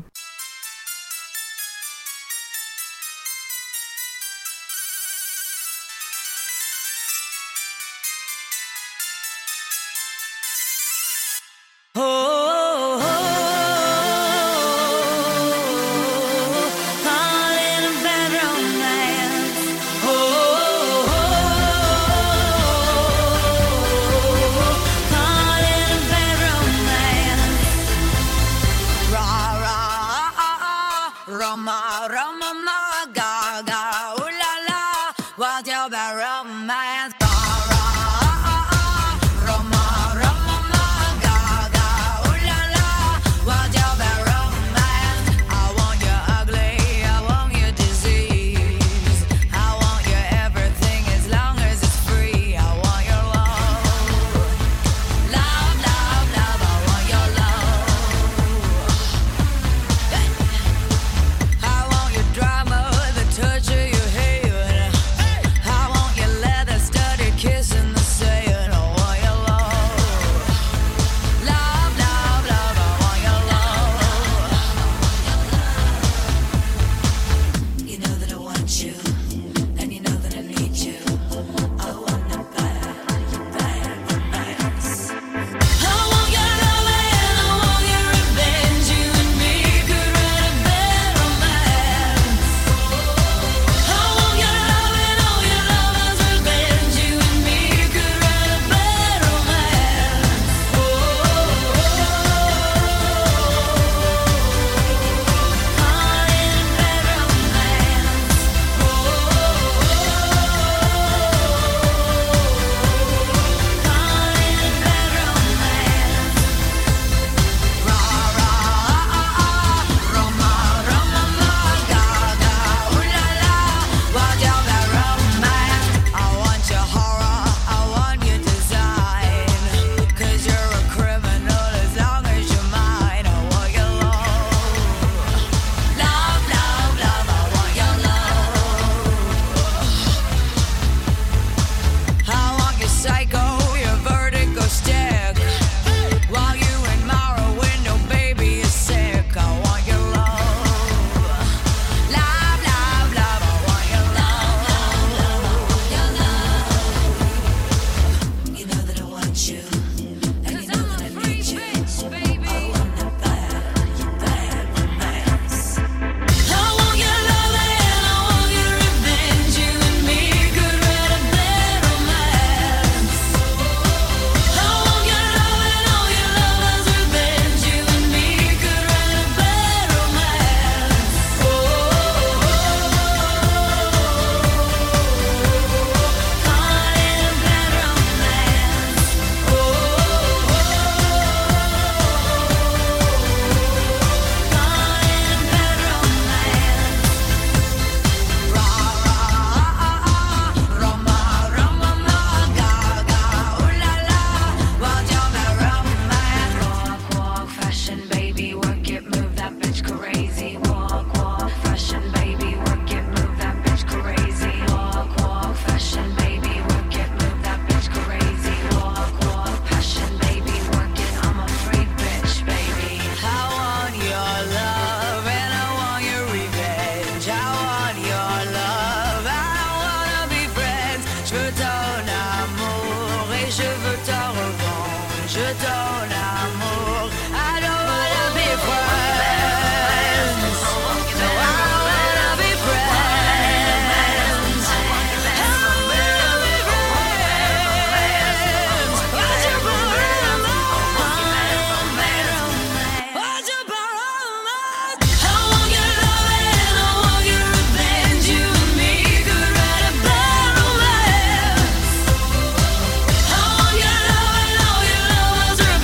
Speaker 5: Roma, Roma, ma, ga, ga, ooh la la, what's your bad romance? Ra, ra, Roma, Roma, ma, ga, ga, ooh la la, what's your bad romance? I want you ugly, I want you disease, I want you everything as long as it's free. I want your love, love, love, love. I want your love. I want your drama, the torture you hate. I want your leather stuff Oh,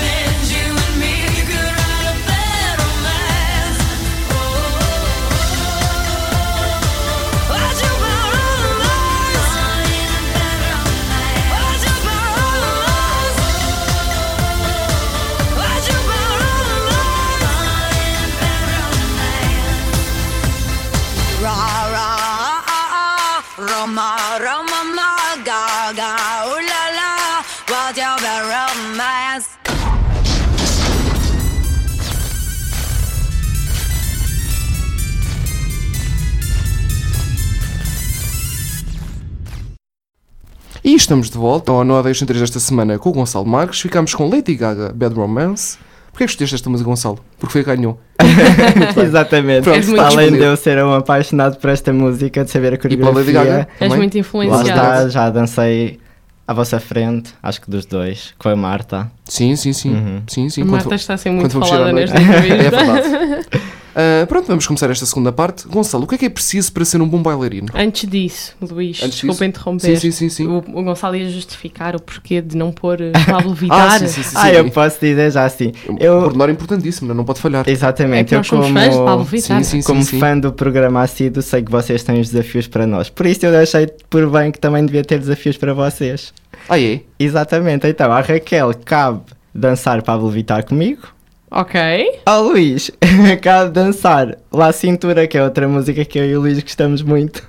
Speaker 5: Oh. Roma, ma, ga, ga, ooh la la, what you been romance?
Speaker 1: E estamos de volta ao Noa 3 desta semana com o Gonçalo Marques. Ficámos com Lady Gaga, Bad Romance. Porquê é que escolheste esta música, Gonçalo? Porque foi a que ganhou.
Speaker 3: Exatamente.
Speaker 1: Pronto, És muito
Speaker 3: Além de
Speaker 1: disponível.
Speaker 3: eu ser um apaixonado por esta música, de saber a
Speaker 1: E para Lady Gaga.
Speaker 3: coreografia,
Speaker 2: És
Speaker 1: também.
Speaker 2: muito
Speaker 3: lá
Speaker 2: influenciado.
Speaker 3: está, já dancei à vossa frente, acho que dos dois, com a Marta.
Speaker 1: Sim, sim, sim.
Speaker 3: Uhum.
Speaker 1: sim, sim.
Speaker 2: A
Speaker 1: Quando-
Speaker 2: Marta está a ser muito
Speaker 1: quando vamos chegar à
Speaker 2: falada
Speaker 1: noite.
Speaker 2: nesta
Speaker 1: É
Speaker 2: entrevista.
Speaker 1: verdade. Ah, pronto, vamos começar esta segunda parte. Gonçalo, o que é que é preciso para ser um bom bailarino?
Speaker 2: Antes disso, Luís,
Speaker 1: Antes
Speaker 2: desculpa
Speaker 1: disso?
Speaker 2: interromper.
Speaker 1: Sim, sim, sim, sim.
Speaker 2: O, o Gonçalo ia justificar o porquê de não pôr eh, Pablo Vittar.
Speaker 1: sim, sim, sim.
Speaker 3: Ah, eu posso dizer já assim.
Speaker 1: Um
Speaker 3: Eu,
Speaker 1: pormenor importantíssimo, não, não pode falhar.
Speaker 2: É
Speaker 3: exatamente,
Speaker 2: que
Speaker 3: eu
Speaker 2: nós somos
Speaker 3: como,
Speaker 2: fãs de Pablo Vittar.
Speaker 1: Sim, sim,
Speaker 3: como
Speaker 1: sim.
Speaker 3: fã do programa assíduo, sei que vocês têm os desafios para nós. Por isso eu achei por bem que também devia ter desafios para vocês.
Speaker 1: Ah, é?
Speaker 3: Exatamente, então a Raquel cabe dançar Pablo Vittar comigo.
Speaker 1: Ah,
Speaker 2: Ok.
Speaker 3: Ó Luís, cabe dançar Lá Cintura, que é outra música que eu e o Luís gostamos muito.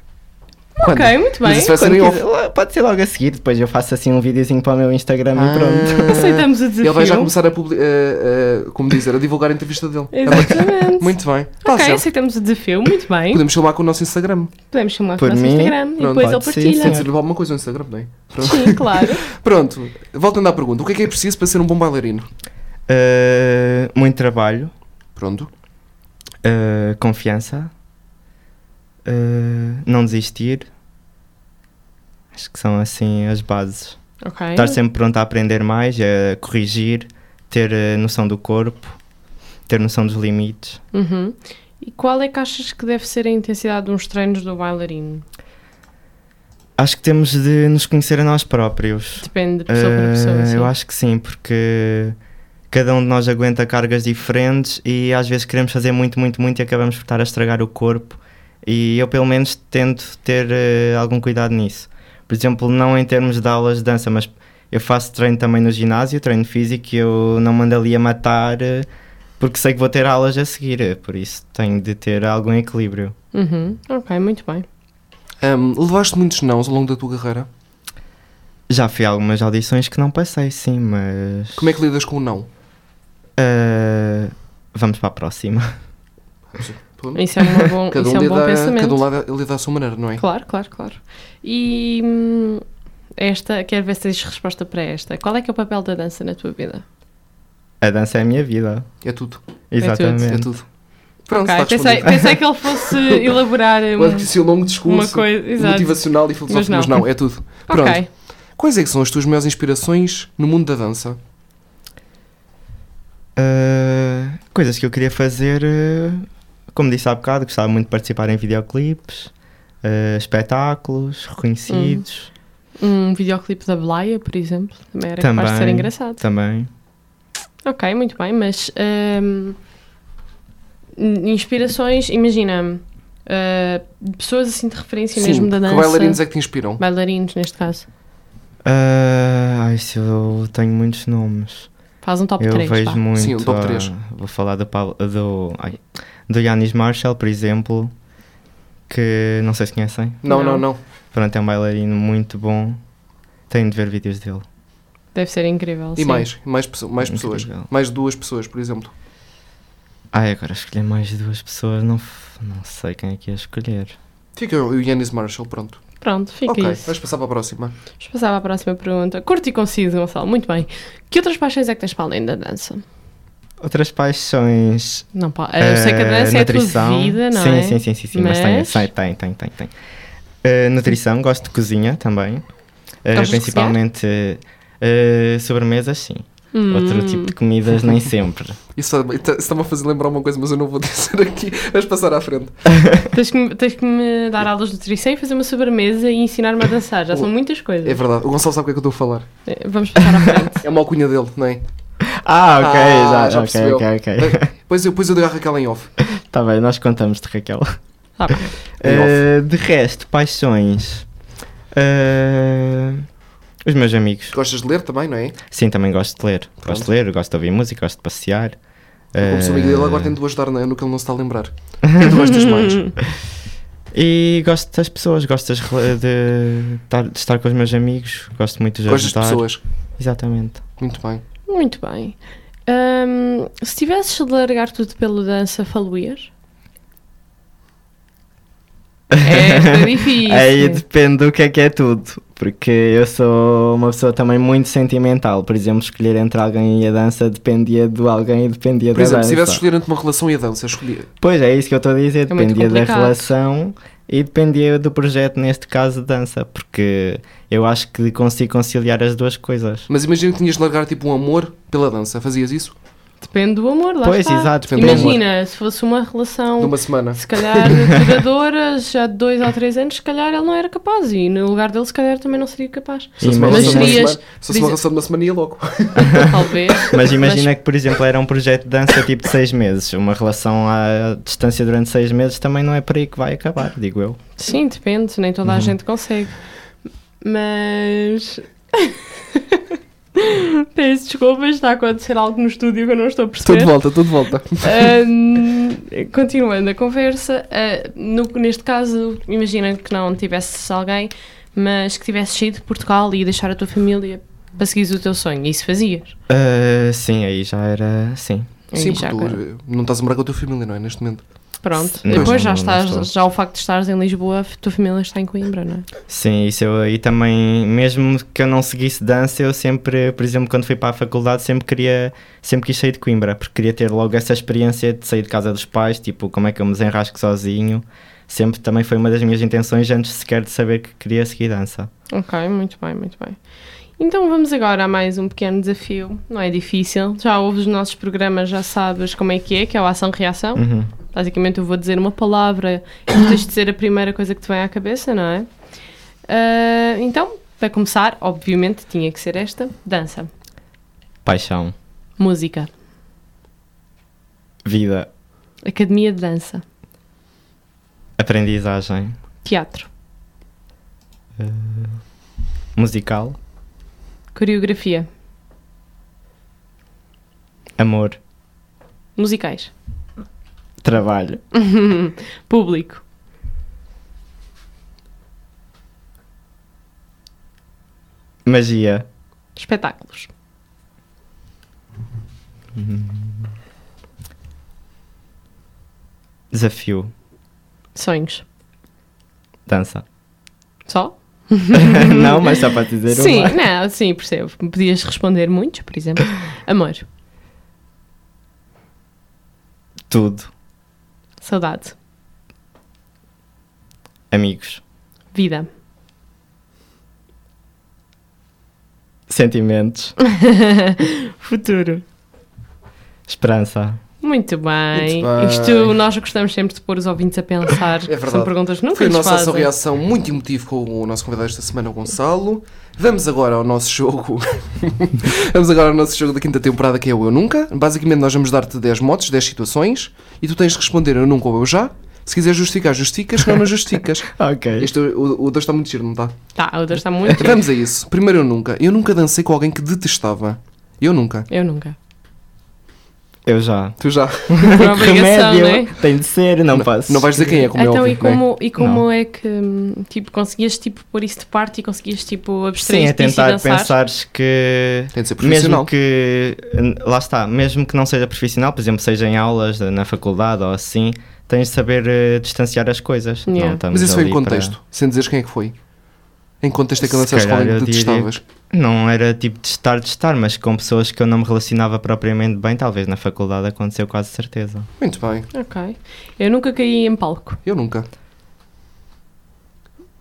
Speaker 1: Quando?
Speaker 2: Ok, muito
Speaker 1: Mas
Speaker 2: bem.
Speaker 1: isso vai ser
Speaker 3: Quando
Speaker 1: em off.
Speaker 3: quiser- lá- pode ser logo a seguir, depois eu faço assim um videozinho para o meu Instagram
Speaker 1: Ah.
Speaker 3: e pronto.
Speaker 2: Aceitamos o desafio.
Speaker 1: Ele vai já começar a, publi- a- a- como dizer, a divulgar a entrevista dele. Tá
Speaker 2: Exatamente.
Speaker 1: Muito bem. Está
Speaker 2: Ok,
Speaker 1: certo.
Speaker 2: aceitamos o desafio, muito bem.
Speaker 1: Podemos filmar com o nosso Instagram.
Speaker 2: Podemos chamar para o
Speaker 3: Por
Speaker 2: nosso
Speaker 3: mim,
Speaker 2: Instagram e
Speaker 1: pronto,
Speaker 2: depois ele
Speaker 3: pode ser,
Speaker 2: partilha.
Speaker 1: Tem que
Speaker 3: sim.
Speaker 1: ser alguma coisa no Instagram, não é? Pronto.
Speaker 2: Sim, claro.
Speaker 1: Pronto, voltando à pergunta, o que é que é preciso para ser um bom bailarino?
Speaker 3: Uh, muito trabalho,
Speaker 1: Pronto,
Speaker 3: uh, confiança, uh, não desistir. Acho que são assim as bases.
Speaker 2: Ok.
Speaker 3: Estar sempre pronto a aprender mais, a corrigir, ter uh, noção do corpo, ter noção dos limites.
Speaker 2: Uhum. E qual é que achas que deve ser a intensidade de uns treinos do bailarino?
Speaker 3: Acho que temos de nos conhecer a nós próprios.
Speaker 2: Depende de pessoa para
Speaker 3: Eh,
Speaker 2: pessoa. assim. sim.
Speaker 3: Eu acho que sim, porque cada um de nós aguenta cargas diferentes e às vezes queremos fazer muito, muito, muito e acabamos por estar a estragar o corpo. E eu, pelo menos, tento ter eh, algum cuidado nisso. Por exemplo, não em termos de aulas de dança, mas eu faço treino também no ginásio, treino físico, e eu não mando ali a matar, eh, porque sei que vou ter aulas a seguir, eh, por isso tenho de ter algum equilíbrio.
Speaker 2: Uhum. Ok, muito bem.
Speaker 1: Ahm, levaste muitos nãos ao longo da tua carreira.
Speaker 3: Já fui a algumas audições que não passei, sim, mas.
Speaker 1: Como é que lidas com o não?
Speaker 3: Eh, vamos para a próxima.
Speaker 2: Isso é, uma bom,
Speaker 1: um Cada
Speaker 2: isso
Speaker 1: um,
Speaker 2: é um bom
Speaker 1: lida,
Speaker 2: pensamento.
Speaker 1: cada um lida, lida à sua maneira, não é?
Speaker 2: Claro, claro, claro. E hum, esta, quero ver se tens resposta para esta. Qual é que é o papel da dança na tua vida?
Speaker 3: A dança é a minha vida.
Speaker 1: É tudo,
Speaker 3: Exatamente.
Speaker 1: é tudo. Pronto,
Speaker 2: Ok,
Speaker 1: está
Speaker 2: pensei,
Speaker 1: respondido.
Speaker 2: pensei que ele fosse elaborar um,
Speaker 1: Quase que se um longo discurso
Speaker 2: uma coisa. Exato.
Speaker 1: motivacional e filosófico, mas
Speaker 2: Mas
Speaker 1: não.
Speaker 2: não.
Speaker 1: é tudo. Pronto.
Speaker 2: Ok.
Speaker 1: Quais é que são as tuas maiores inspirações no mundo da dança?
Speaker 3: Uh, coisas que eu queria fazer, uh, como disse há bocado, gostava muito de participar em videoclipes, uh, espetáculos reconhecidos
Speaker 1: Uhum.
Speaker 2: Um videoclipe da Blaia, por exemplo, também era capaz de ser
Speaker 3: Também.
Speaker 2: engraçado.
Speaker 3: também.
Speaker 2: Ok, muito bem, mas hum, inspirações, imagina uh, pessoas assim de referência mesmo da
Speaker 1: que
Speaker 2: dança.
Speaker 1: bailarinos é que te inspiram?
Speaker 2: Bailarinos, neste caso.
Speaker 3: Uh, ai, se eu tenho muitos nomes.
Speaker 2: Faz um top
Speaker 3: eu
Speaker 2: 3.
Speaker 3: vejo
Speaker 2: pá.
Speaker 3: muito.
Speaker 1: Sim, o top
Speaker 3: ah,
Speaker 1: três.
Speaker 3: vou falar do, Paulo- do, ai, do Yanis Marshall, por exemplo, que não sei se conhecem.
Speaker 1: Não, não, não.
Speaker 3: Pronto, é um bailarino muito bom. Tenho de ver vídeos dele.
Speaker 2: Deve ser incrível.
Speaker 1: E
Speaker 2: sim.
Speaker 1: mais, mais, pesso- mais pessoas.
Speaker 3: Incrível.
Speaker 1: Mais duas pessoas, por exemplo.
Speaker 3: Ai, agora escolher mais duas pessoas, não, f- não sei quem é que ia escolher.
Speaker 1: Fica o Yanis Marshall, pronto.
Speaker 2: Pronto, fica
Speaker 1: ok,
Speaker 2: isso.
Speaker 1: vamos passar para a próxima.
Speaker 2: Vamos passar à próxima pergunta. Curto e conciso, Gonçalo. Muito bem. Que outras paixões é que tens para além da dança?
Speaker 3: Outras paixões. eh,
Speaker 2: Não, pá. Eu sei que a dança é a tua vida, não
Speaker 3: sim,
Speaker 2: é?
Speaker 3: Sim, sim, sim, sim, mas, tenho, sei, tem, tem, tem, tem. Eh, nutrição, gosto de cozinha também. Eh,
Speaker 2: Gostas de
Speaker 3: principalmente eh, sobremesas, sim.
Speaker 2: Hum.
Speaker 3: Outro tipo de comidas, nem sempre.
Speaker 1: Isso está- está-me a fazer lembrar uma coisa, mas eu não vou dizer aqui. Vamos passar à frente.
Speaker 2: Tens que, me- tens que me dar aulas de nutrição e fazer uma sobremesa e ensinar-me a dançar. Já são muitas coisas.
Speaker 1: É verdade, o Gonçalo sabe o que é que eu estou a falar.
Speaker 2: Eh, Vamos passar à frente.
Speaker 1: É uma alcunha dele, não é?
Speaker 3: Ah, ok,
Speaker 1: Ah,
Speaker 3: já, ok,
Speaker 1: percebeu.
Speaker 3: ok, ok.
Speaker 1: Depois eu, depois eu agarro aquela em off.
Speaker 3: Tá bem, nós contamos de Raquel.
Speaker 2: Tá bem.
Speaker 1: Em
Speaker 3: Eh, de resto, paixões. Eh, os meus amigos.
Speaker 1: Gostas de ler também, não é?
Speaker 3: Sim, também gosto de ler. Gosto de ler, gosto de ouvir música, gosto de passear.
Speaker 1: Como sou amigo
Speaker 3: Eh,
Speaker 1: dele, agora tento ajudar na- no que ele não se está a lembrar. O que é que tu gostas mais?
Speaker 3: E E gosto das pessoas, gosto das rela- de, estar- de estar com os meus amigos, gosto muito de
Speaker 1: Gostas de
Speaker 3: ajudar.
Speaker 1: pessoas.
Speaker 3: Exatamente.
Speaker 1: Muito bem.
Speaker 2: Muito bem. Ahm, se tivesses de largar tudo pela dança, faluías? É, foi difícil.
Speaker 3: Aí depende do que é que é tudo, porque eu sou uma pessoa também muito sentimental. Por exemplo, escolher entre alguém e a dança dependia de alguém e dependia
Speaker 1: Por
Speaker 3: da
Speaker 1: exemplo, se
Speaker 3: dança.
Speaker 1: tivesse escolher entre uma relação e a dança, escolhia.
Speaker 3: Pois é, isso que eu estou a dizer,
Speaker 2: É muito
Speaker 3: dependia da
Speaker 2: complicado.
Speaker 3: relação e dependia do projeto, neste caso, de dança, porque eu acho que consigo conciliar as duas coisas.
Speaker 1: Mas imagina que tinhas de largar tipo um amor pela dança. Fazias isso?
Speaker 2: Depende do amor, lá
Speaker 3: pois,
Speaker 2: está.
Speaker 3: exato,
Speaker 1: Depende do amor.
Speaker 2: Imagina, se fosse uma relação,
Speaker 1: Numa semana.
Speaker 2: se calhar, duradoura, já de dois ou três anos, se calhar ele não era capaz e no lugar dele, se calhar, também não seria capaz.
Speaker 1: Se fosse
Speaker 3: Sim,
Speaker 1: uma
Speaker 3: mas-
Speaker 1: relação de uma
Speaker 2: Mas serias-
Speaker 1: semana- se fosse uma
Speaker 2: diz-
Speaker 1: relação de uma semana, ia logo.
Speaker 2: Talvez.
Speaker 3: Mas imagina que, por exemplo, era um projeto de dança tipo de seis meses. Uma relação à distância durante seis meses também não é por aí que vai acabar, digo eu.
Speaker 2: Sim, depende, nem
Speaker 3: Uhum.
Speaker 2: toda a gente consegue. Mas. Peço desculpas, está a acontecer algo no estúdio que eu não estou a
Speaker 1: Estou de
Speaker 2: perceber.
Speaker 1: volta, estou de volta.
Speaker 2: Ahn, continuando a conversa, ah, no- neste caso, imagina que não tivesses alguém, mas que tivesses saído de Portugal e deixar a tua família para seguir o teu sonho. Isso fazias.
Speaker 3: Ah, sim, aí já era. Sim.
Speaker 2: Aí
Speaker 1: Sim,
Speaker 2: já
Speaker 1: porque
Speaker 2: agora.
Speaker 1: tu eh, não estás a morar com a tua família, não é? Neste momento.
Speaker 2: Pronto,
Speaker 3: Não,
Speaker 2: depois já
Speaker 3: não estou.
Speaker 2: estás, já o facto de estares em Lisboa, a tua família está em Coimbra, não é?
Speaker 3: Sim, isso eu aí também, mesmo que eu não seguisse dança, eu sempre, por exemplo, quando fui para a faculdade, sempre queria, sempre quis sair de Coimbra, porque queria ter logo essa experiência de sair de casa dos pais, tipo, como é que eu me desenrasco sozinho. Sempre também foi uma das minhas intenções antes sequer de saber que queria seguir dança.
Speaker 2: Ok, muito bem, muito bem. Então vamos agora a mais um pequeno desafio. Não é difícil. Já ouves os nossos programas, já sabes como é que é, que é o ação-reação.
Speaker 3: Uhum.
Speaker 2: Basicamente eu vou dizer uma palavra e tu tens de dizer a primeira coisa que te vem à cabeça, não é? Ah, então, para começar, obviamente tinha que ser esta. Dança,
Speaker 3: Paixão,
Speaker 2: música,
Speaker 3: vida,
Speaker 2: academia de dança,
Speaker 3: aprendizagem,
Speaker 2: teatro,
Speaker 3: musical,
Speaker 2: coreografia,
Speaker 3: amor,
Speaker 2: musicais,
Speaker 3: trabalho,
Speaker 2: público,
Speaker 3: magia,
Speaker 2: espetáculos,
Speaker 3: desafio,
Speaker 2: sonhos.
Speaker 3: dança.
Speaker 2: Só?
Speaker 3: não, mas só para dizer
Speaker 2: Sim,
Speaker 3: uma.
Speaker 1: é?
Speaker 2: não, sim, percebo. Podias responder muitos, por exemplo. Amor,
Speaker 3: Tudo,
Speaker 2: saudade,
Speaker 3: amigos,
Speaker 2: vida,
Speaker 3: sentimentos,
Speaker 2: futuro.
Speaker 3: esperança.
Speaker 2: Muito bem.
Speaker 1: Muito bem. É
Speaker 2: Isto nós gostamos sempre de pôr os ouvintes a pensar. que
Speaker 1: verdade.
Speaker 2: São perguntas que nunca
Speaker 1: Foi a
Speaker 2: nos
Speaker 1: nossa
Speaker 2: fazem.
Speaker 1: reação muito emotivo com o nosso convidado esta semana, o Gonçalo. Vamos agora ao nosso jogo. vamos agora ao nosso jogo da quinta temporada, que é o Eu Nunca. Basicamente, nós vamos dar-te 10 motos, 10 situações, e tu tens de responder Eu Nunca ou Eu Já. Se quiseres justificar, justicas, se não, não justicas.
Speaker 3: Ok.
Speaker 1: Este, o o dois está muito giro, não está?
Speaker 2: Tá, o Deus está muito.
Speaker 1: Vamos a isso. Primeiro, eu nunca. Eu nunca dancei com alguém que detestava. Eu nunca.
Speaker 2: Eu nunca.
Speaker 3: Eu já.
Speaker 1: Tu já.
Speaker 2: Por obrigação, não é?
Speaker 3: Tem de ser, não,
Speaker 1: Não-
Speaker 3: posso.
Speaker 1: Não vais dizer quem é, como
Speaker 2: então,
Speaker 1: é óbvio.
Speaker 2: e como, e como
Speaker 3: Não.
Speaker 2: é que hum, tipo, conseguias tipo, pôr isso de parte e conseguias tipo, abstrair
Speaker 3: Sim,
Speaker 2: disso
Speaker 3: é
Speaker 2: e
Speaker 3: tentar
Speaker 2: dançar?
Speaker 3: pensares que.
Speaker 1: Tem de ser profissional.
Speaker 3: Mesmo que. Lá está, mesmo que não seja profissional, por exemplo, seja em aulas, na faculdade ou assim, tens de saber eh, distanciar as coisas.
Speaker 2: Yeah.
Speaker 3: Não estamos
Speaker 1: Mas isso foi em
Speaker 3: ali para-
Speaker 1: contexto, sem dizeres quem é que foi. Em contexto é que
Speaker 3: Se
Speaker 1: dançaste com alguém
Speaker 3: calhar
Speaker 1: que
Speaker 3: eu diria
Speaker 1: detestavas.
Speaker 3: Não era tipo de estar, de estar, mas com pessoas que eu não me relacionava propriamente bem, talvez na faculdade aconteceu quase certeza.
Speaker 1: Muito bem,
Speaker 2: Ok. Eu nunca caí em palco.
Speaker 1: eu nunca.
Speaker 3: eu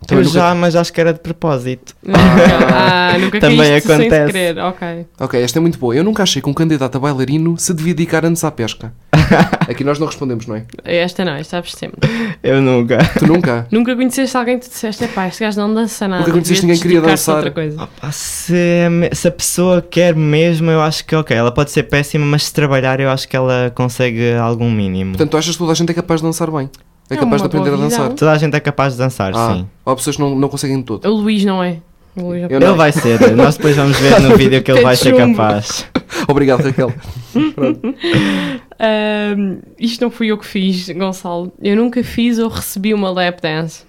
Speaker 1: Também Então nunca-
Speaker 3: já, mas acho que era de propósito.
Speaker 2: Ah, nunca
Speaker 3: Também
Speaker 2: caíste sem se
Speaker 3: acontece.
Speaker 2: querer. Ok.
Speaker 1: Ok, esta é muito boa. Eu nunca achei que um candidato a bailarino se devia dedicar antes à pesca. Aqui nós não respondemos, não é?
Speaker 2: Esta não, esta sabes sempre.
Speaker 3: Eu nunca.
Speaker 1: Tu nunca.
Speaker 2: Nunca conheceste alguém que tu disseste, epá, este gajo não dança nada.
Speaker 1: Nunca conheceste ninguém
Speaker 2: devias
Speaker 1: que queria
Speaker 2: dedicar-se a outra
Speaker 1: dançar.
Speaker 2: coisa.
Speaker 3: Opa, se, a me- se a pessoa quer mesmo, eu acho que ok, ela pode ser péssima, mas se trabalhar eu acho que ela consegue algum mínimo.
Speaker 1: Portanto, tu achas que toda a gente é capaz de dançar bem? É,
Speaker 2: É
Speaker 1: capaz de
Speaker 2: uma boa
Speaker 1: aprender a
Speaker 2: visão.
Speaker 1: dançar?
Speaker 3: Toda a gente é capaz de dançar,
Speaker 1: Ah,
Speaker 3: sim.
Speaker 1: há pessoas que não, não conseguem de todo.
Speaker 2: O Luís não é. O Luís
Speaker 1: Eu
Speaker 2: é.
Speaker 1: não.
Speaker 3: Ele vai ser, nós depois vamos ver no vídeo que ele vai ser
Speaker 2: Chumbo.
Speaker 3: capaz.
Speaker 1: Obrigado, Raquel.
Speaker 2: Ahm, isto não fui eu que fiz, Gonçalo. Eu nunca fiz ou recebi uma lap dance.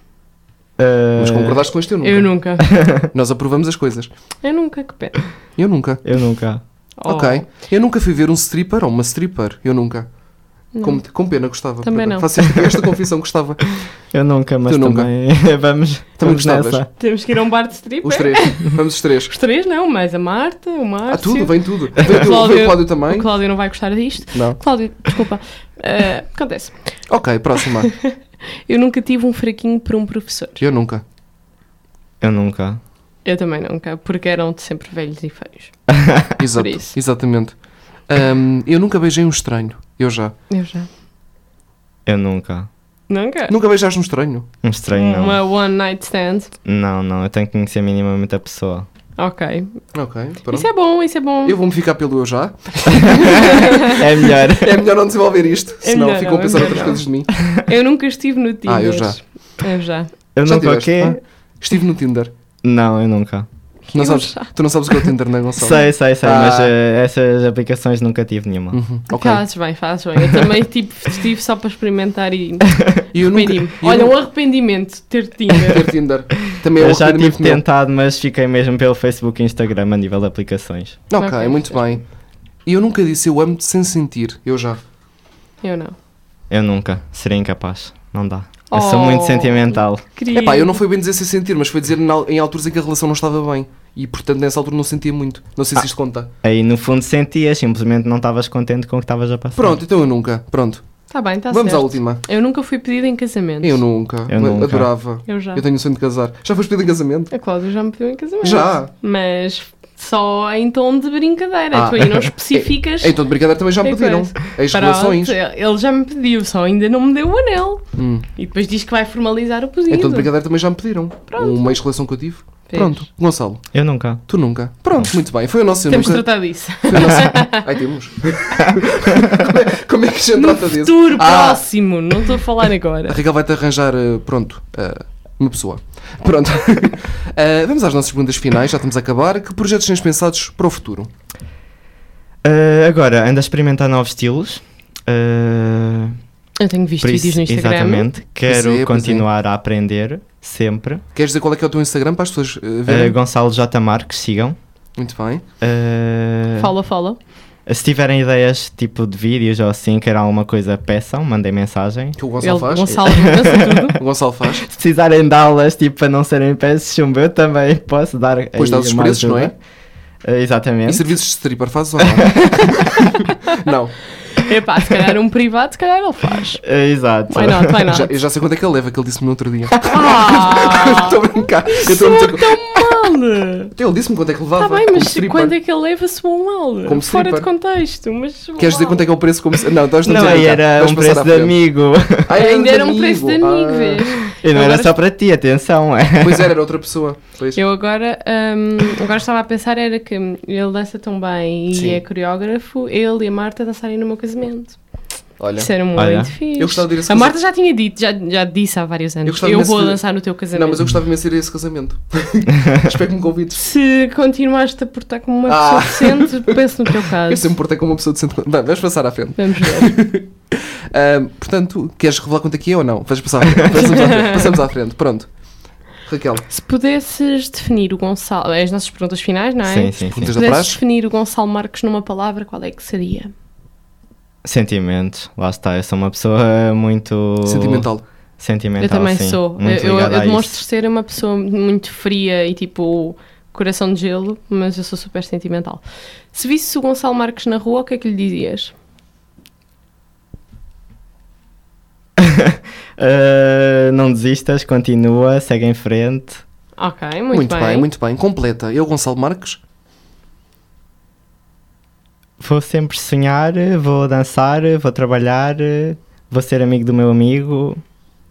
Speaker 1: Mas
Speaker 3: Eh,
Speaker 1: concordaste com este eu nunca.
Speaker 2: Eu nunca.
Speaker 1: Nós aprovamos as coisas.
Speaker 2: Eu nunca, que pena.
Speaker 1: Eu nunca.
Speaker 3: Eu nunca.
Speaker 2: Oh,
Speaker 1: Ok. Eu nunca fui ver um stripper ou uma stripper. Eu nunca. Com, com pena gostava.
Speaker 2: Também não.
Speaker 1: Faço esta, esta confissão, gostava.
Speaker 3: Eu nunca, mas
Speaker 1: Tu nunca.
Speaker 3: também vamos,
Speaker 1: Também
Speaker 3: vamos
Speaker 1: gostavas?
Speaker 3: nessa.
Speaker 2: Temos que ir a um bar de strip.
Speaker 1: Os
Speaker 2: é?
Speaker 1: três. Vamos os três.
Speaker 2: Os três, não, mas a Marta, o Márcio.
Speaker 1: Ah, tudo, vem tudo. Vem, o- vem o Cláudio também.
Speaker 2: O Cláudio não vai gostar disto.
Speaker 1: Não.
Speaker 2: Cláudio, desculpa. Ah, acontece.
Speaker 1: Ok, próxima.
Speaker 2: Eu nunca tive um fraquinho por um professor.
Speaker 1: Eu nunca.
Speaker 3: Eu nunca.
Speaker 2: Eu também nunca, porque eram sempre velhos e feios.
Speaker 1: Exato,
Speaker 2: isso.
Speaker 1: exatamente. Ahm, eu nunca beijei um estranho. Eu já.
Speaker 2: Eu já.
Speaker 3: Eu nunca.
Speaker 2: Nunca?
Speaker 1: Nunca beijaste um estranho.
Speaker 3: Um estranho não.
Speaker 2: É. Uma one night stand.
Speaker 3: Não, não. Eu tenho que conhecer minimamente a pessoa.
Speaker 2: Ok.
Speaker 1: Ok, pronto.
Speaker 2: Isso é bom, isso é bom.
Speaker 1: Eu vou-me ficar pelo eu já.
Speaker 3: É melhor.
Speaker 1: É melhor não desenvolver isto, senão
Speaker 2: melhor
Speaker 1: ficam
Speaker 2: não,
Speaker 1: a
Speaker 2: é
Speaker 1: pensar
Speaker 2: melhor
Speaker 1: outras
Speaker 2: não.
Speaker 1: coisas de mim.
Speaker 2: Eu nunca estive no Tinder.
Speaker 1: Ah, eu já.
Speaker 2: Eu já.
Speaker 3: Eu
Speaker 1: Já
Speaker 3: nunca o
Speaker 1: tiveste,
Speaker 3: quê?
Speaker 1: não é? Estive no Tinder.
Speaker 3: Não, eu nunca.
Speaker 1: Não
Speaker 2: Eu
Speaker 1: sabes,
Speaker 2: já.
Speaker 1: tu não sabes o que é o Tinder, não é, Gonçalo?
Speaker 3: Sei, sei, sei,
Speaker 1: Ah.
Speaker 3: mas eh, essas aplicações nunca tive nenhuma.
Speaker 1: Uhum, ok.
Speaker 2: Fazes bem, fazes bem. Eu também tipo, estive só para experimentar e
Speaker 1: E eu nunca.
Speaker 2: arrependi-me.
Speaker 1: eu
Speaker 2: Olha, um
Speaker 1: nunca
Speaker 2: arrependimento de ter Tinder.
Speaker 1: tive Tinder. Também é um
Speaker 3: Eu já tive
Speaker 1: arrependimento meu.
Speaker 3: tentado, mas fiquei mesmo pelo Facebook e Instagram a nível de aplicações.
Speaker 1: Ok,
Speaker 2: Ok,
Speaker 1: muito bem. E eu nunca disse eu amo-te sem sentir. Eu já.
Speaker 2: Eu não.
Speaker 3: Eu nunca. Seria incapaz. Não dá. Eu sou
Speaker 2: Oh.
Speaker 3: muito sentimental.
Speaker 2: Queria.
Speaker 1: Epá, eu não foi bem dizer sem sentir, mas foi dizer na- em alturas em que a relação não estava bem. E portanto nessa altura não sentia muito. Não
Speaker 3: Ah.
Speaker 1: sei se isto conta.
Speaker 3: Aí no fundo sentias, simplesmente não estavas contente com o que estavas a passar.
Speaker 1: Pronto, então eu nunca. Pronto.
Speaker 2: Tá bem, tá
Speaker 1: Vamos
Speaker 2: certo.
Speaker 1: à última.
Speaker 2: Eu nunca fui pedida em casamento.
Speaker 1: Eu nunca.
Speaker 3: Eu
Speaker 1: mas
Speaker 3: nunca.
Speaker 1: Adorava.
Speaker 2: Eu já.
Speaker 1: Eu tenho o sonho de casar. Já foste pedido em casamento?
Speaker 2: A Cláudia já me pediu em casamento.
Speaker 1: Já?
Speaker 2: Mas só em tom de brincadeira.
Speaker 1: Ah.
Speaker 2: Tu aí não especificas.
Speaker 1: Então de brincadeira também já me
Speaker 2: É
Speaker 1: pediram.
Speaker 2: coisa.
Speaker 1: As
Speaker 2: Pronto,
Speaker 1: relações.
Speaker 2: Ele já me pediu, só ainda não me deu o anel.
Speaker 1: Hum.
Speaker 2: E depois diz que vai formalizar o pedido.
Speaker 1: Então de brincadeira também já me pediram.
Speaker 2: Pronto.
Speaker 1: Uma ex-relação que eu tive.
Speaker 2: Vês?
Speaker 1: Pronto. Gonçalo,
Speaker 3: Eu nunca.
Speaker 1: tu nunca. Pronto, muito bem. Foi o nosso eu
Speaker 2: Temos de
Speaker 1: nunca.
Speaker 2: tratar disso.
Speaker 1: Foi o nosso... Ai, temos. como, é, como é que a gente
Speaker 2: No
Speaker 1: trata disso?
Speaker 2: futuro
Speaker 1: Ah,
Speaker 2: próximo, não estou a falar
Speaker 1: A
Speaker 2: agora.
Speaker 1: Raquel vai-te arranjar, eh, pronto, eh, uma pessoa. Pronto. Eh, vamos às nossas perguntas finais, já estamos a acabar. Que projetos tens pensados para o futuro?
Speaker 3: Eh, agora, ando a experimentar novos estilos. Eh,
Speaker 2: Eu tenho visto
Speaker 3: por isso,
Speaker 2: vídeos no Instagram.
Speaker 3: Exatamente. Quero
Speaker 1: Pois é, pois é.
Speaker 3: continuar a aprender, sempre.
Speaker 1: Queres dizer qual é que é o teu Instagram para as pessoas eh,
Speaker 3: Eh,
Speaker 1: verem?
Speaker 3: Gonçalo J. Marques, sigam.
Speaker 1: Muito bem. É.
Speaker 3: Eh,
Speaker 2: Fala, fala.
Speaker 3: se tiverem ideias tipo de vídeos ou assim, queiram alguma coisa, peçam, mandem mensagem.
Speaker 1: Que o
Speaker 2: Ele,
Speaker 1: Gonçalo faz.
Speaker 2: Gonçalo pensa tudo.
Speaker 1: O Gonçalo faz.
Speaker 3: Se precisarem de aulas, tipo, para não serem pés de chumbo, eu também posso dar.
Speaker 1: Pois
Speaker 3: aí
Speaker 1: dás os
Speaker 3: uma
Speaker 1: preços, não é?
Speaker 3: ajuda. Eh,
Speaker 1: E
Speaker 3: exatamente.
Speaker 1: serviços de stripper fazes ou não? não.
Speaker 2: Epá, se calhar um privado, se calhar ele faz.
Speaker 3: Eh, exato.
Speaker 2: Why not, why not?
Speaker 1: Já, eu já sei quanto é que ele leva, que ele disse-me no outro dia.
Speaker 2: Ah,
Speaker 1: Estou a brincar. Eu estou a
Speaker 2: soa
Speaker 1: meter-
Speaker 2: tão mal.
Speaker 1: Ele disse-me quanto é que levava.
Speaker 2: Está Um Tá bem,
Speaker 1: como
Speaker 2: mas
Speaker 1: stripper.
Speaker 2: quando é que ele leva soou mal?
Speaker 1: Como
Speaker 2: Fora de
Speaker 1: stripper.
Speaker 2: contexto, mas...
Speaker 1: Queres dizer
Speaker 2: uau.
Speaker 1: quanto é que é o preço? Como... se- Não, nós estamos
Speaker 3: Não,
Speaker 1: a
Speaker 3: aí
Speaker 1: brincar.
Speaker 3: era
Speaker 1: Vamos
Speaker 3: um
Speaker 1: passar
Speaker 3: preço
Speaker 1: à
Speaker 3: de
Speaker 1: frente.
Speaker 3: amigo.
Speaker 1: Ah,
Speaker 2: Ainda era um preço de amigo,
Speaker 1: Ah.
Speaker 2: vês?
Speaker 3: E não
Speaker 2: Agora-
Speaker 3: era só para ti, atenção, é.
Speaker 1: Pois era, era outra pessoa. Pois.
Speaker 2: Eu agora, hum, agora estava a pensar era que ele dança tão bem e
Speaker 1: Sim.
Speaker 2: é coreógrafo, ele e a Marta dançarem no meu casamento.
Speaker 1: Olha.
Speaker 2: Isso era muito
Speaker 3: Né? Olha.
Speaker 2: fixe.
Speaker 1: Eu gostava de ir a esse
Speaker 2: a Marta já tinha dito, já, já disse há vários
Speaker 1: Eu
Speaker 2: anos, eu,
Speaker 1: gostava imenso
Speaker 2: vou
Speaker 1: de-
Speaker 2: dançar no teu casamento.
Speaker 1: Não, mas eu gostava imenso de ir a esse casamento. Espero que me convides.
Speaker 2: Se continuaste a portar como uma
Speaker 1: Ah.
Speaker 2: pessoa decente, penso no teu
Speaker 1: Eu
Speaker 2: caso.
Speaker 1: sempre me portei como uma pessoa de centro. Bem, vamos passar à frente.
Speaker 2: Vamos ver.
Speaker 1: Ahm, portanto, queres revelar quanto aqui é ou não? Vamos passar à frente. Passamos à frente. Passamos à frente. Pronto. Raquel,
Speaker 2: Se pudesses definir o Gonçalo, é as nossas perguntas finais, não é?
Speaker 3: Sim, sim, sim.
Speaker 1: perguntas
Speaker 2: Se
Speaker 1: da
Speaker 2: pudesses
Speaker 1: praxe?
Speaker 2: definir o Gonçalo Marques numa palavra, qual é que seria?
Speaker 3: Sentimentos, lá está. Eu sou uma pessoa
Speaker 1: Oh.
Speaker 3: muito.
Speaker 1: Sentimental.
Speaker 3: Sentimental.
Speaker 2: Eu também
Speaker 3: sim.
Speaker 2: sou.
Speaker 3: Muito
Speaker 2: eu eu-
Speaker 3: ligada
Speaker 2: eu
Speaker 3: a
Speaker 2: demonstro
Speaker 3: isso.
Speaker 2: ser uma pessoa muito fria e tipo coração de gelo, mas eu sou super sentimental. Se visse o Gonçalo Marques na rua, o que é que lhe dizias?
Speaker 3: Eh, não desistas, continua, segue em frente.
Speaker 2: Ok, muito,
Speaker 1: Muito
Speaker 2: bem.
Speaker 1: bem, muito bem. Completa. Eu, Gonçalo Marques.
Speaker 3: Vou sempre sonhar, vou dançar, vou trabalhar, vou ser amigo do meu amigo.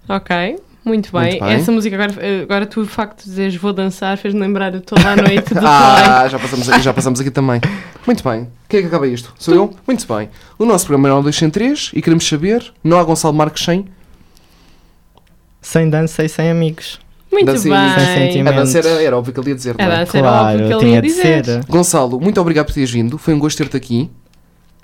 Speaker 2: Ok, muito bem.
Speaker 1: Muito bem.
Speaker 2: Essa música agora, eh, agora tu, o facto de dizeres vou dançar, fez-me lembrar de toda a noite do
Speaker 1: Ah, já passamos, aqui, já passamos aqui também. Muito bem. Quem é que acaba isto? Sou eu? Muito bem. O nosso programa é 9203 e queremos saber: não há Gonçalo Marques sem?
Speaker 3: Sem dança e sem amigos.
Speaker 2: Play. Muito
Speaker 1: Dancinha.
Speaker 3: Sem
Speaker 2: bem.
Speaker 3: sentimento.
Speaker 1: A dança era, era óbvio que ele ia dizer, não
Speaker 2: A
Speaker 1: é?
Speaker 2: dança era óbvio que ele
Speaker 3: tinha
Speaker 2: ia
Speaker 3: de
Speaker 2: dizer.
Speaker 3: ser.
Speaker 1: Gonçalo, muito obrigado por teres vindo. Foi um gosto ter-te aqui.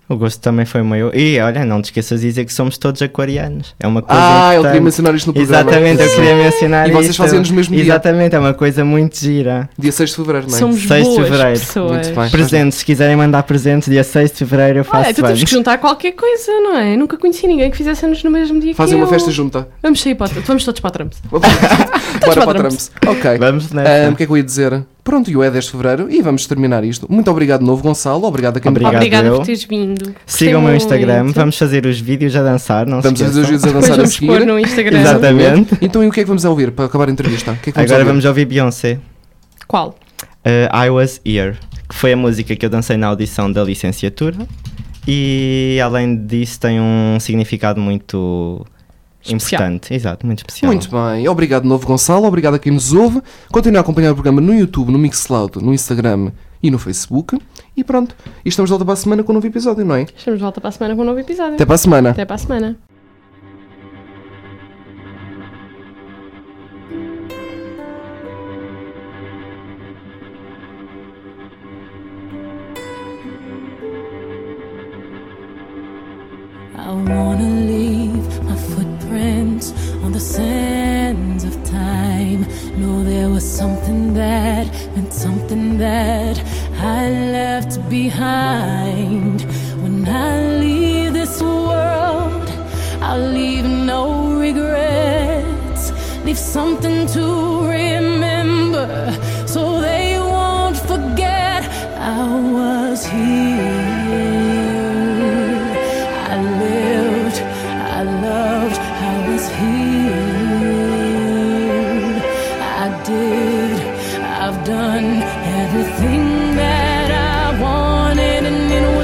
Speaker 3: O gosto também foi meu. E olha, não te esqueças de dizer que somos todos aquarianos. É uma coisa.
Speaker 1: Ah, eu
Speaker 3: importante.
Speaker 1: queria mencionar isto no programa.
Speaker 3: Exatamente, eu queria mencionar
Speaker 1: E vocês
Speaker 3: isto.
Speaker 1: fazem-nos no mesmo dia.
Speaker 3: Exatamente, é uma coisa muito gira.
Speaker 1: Dia 6 de Fevereiro, não é?
Speaker 2: Somos
Speaker 3: 6 de
Speaker 2: boas
Speaker 3: fevereiro.
Speaker 2: pessoas.
Speaker 1: Muito bem.
Speaker 3: Presentes, se quiserem mandar presentes, dia 6 de fevereiro eu faço
Speaker 2: Olha, tu temos
Speaker 3: anos.
Speaker 2: que juntar qualquer coisa, não é? Nunca conheci ninguém que fizesse anos no mesmo dia
Speaker 1: Fazem
Speaker 2: que
Speaker 1: uma
Speaker 2: eu.
Speaker 1: festa junta.
Speaker 2: Vamos sair para o... Vamos todos para a Trump.
Speaker 1: Bora para a Trumps. Ok.
Speaker 3: Vamos nessa.
Speaker 1: Ah, O que é que eu ia dizer? Pronto, e o é 10 de Fevereiro e vamos terminar isto. Muito obrigado de novo, Gonçalo. Obrigado a quem
Speaker 3: Obrigado.
Speaker 2: Obrigada
Speaker 3: eu.
Speaker 2: por teres vindo. Gostei
Speaker 3: Sigam o meu
Speaker 2: muito.
Speaker 3: Instagram, vamos fazer os vídeos a dançar, não se
Speaker 1: Vamos fazer os
Speaker 3: esqueçam.
Speaker 1: vídeos a
Speaker 2: Depois
Speaker 1: dançar a
Speaker 2: vamos pôr
Speaker 1: seguir.
Speaker 2: no Instagram.
Speaker 3: Exatamente.
Speaker 1: Então, e o que é que vamos a ouvir para acabar a entrevista? O que é que vamos
Speaker 3: Agora
Speaker 1: a ouvir?
Speaker 3: vamos ouvir Beyoncé.
Speaker 2: Qual?
Speaker 3: Uh, I Was Here, que foi a música que eu dancei na audição da licenciatura. E além disso tem um significado muito
Speaker 2: Especial.
Speaker 3: importante. Exato, muito especial.
Speaker 1: Muito bem, obrigado de novo Gonçalo, obrigado a quem nos ouve. Continue a acompanhar o programa no YouTube, no Mixcloud, no Instagram e no Facebook. E pronto, e estamos de volta para a semana com um novo episódio, não é?
Speaker 2: Estamos de volta para a semana com um novo episódio.
Speaker 1: Até para a semana.
Speaker 2: Até para a semana.
Speaker 6: I wanna leave my footprints on the sands of time. Know there was something that meant something that I left behind. When I leave this world, I'll leave no regrets. Leave something to remember so they won't forget I was here. I lived, I loved, I was healed. I did, I've done everything that I wanted, and it was.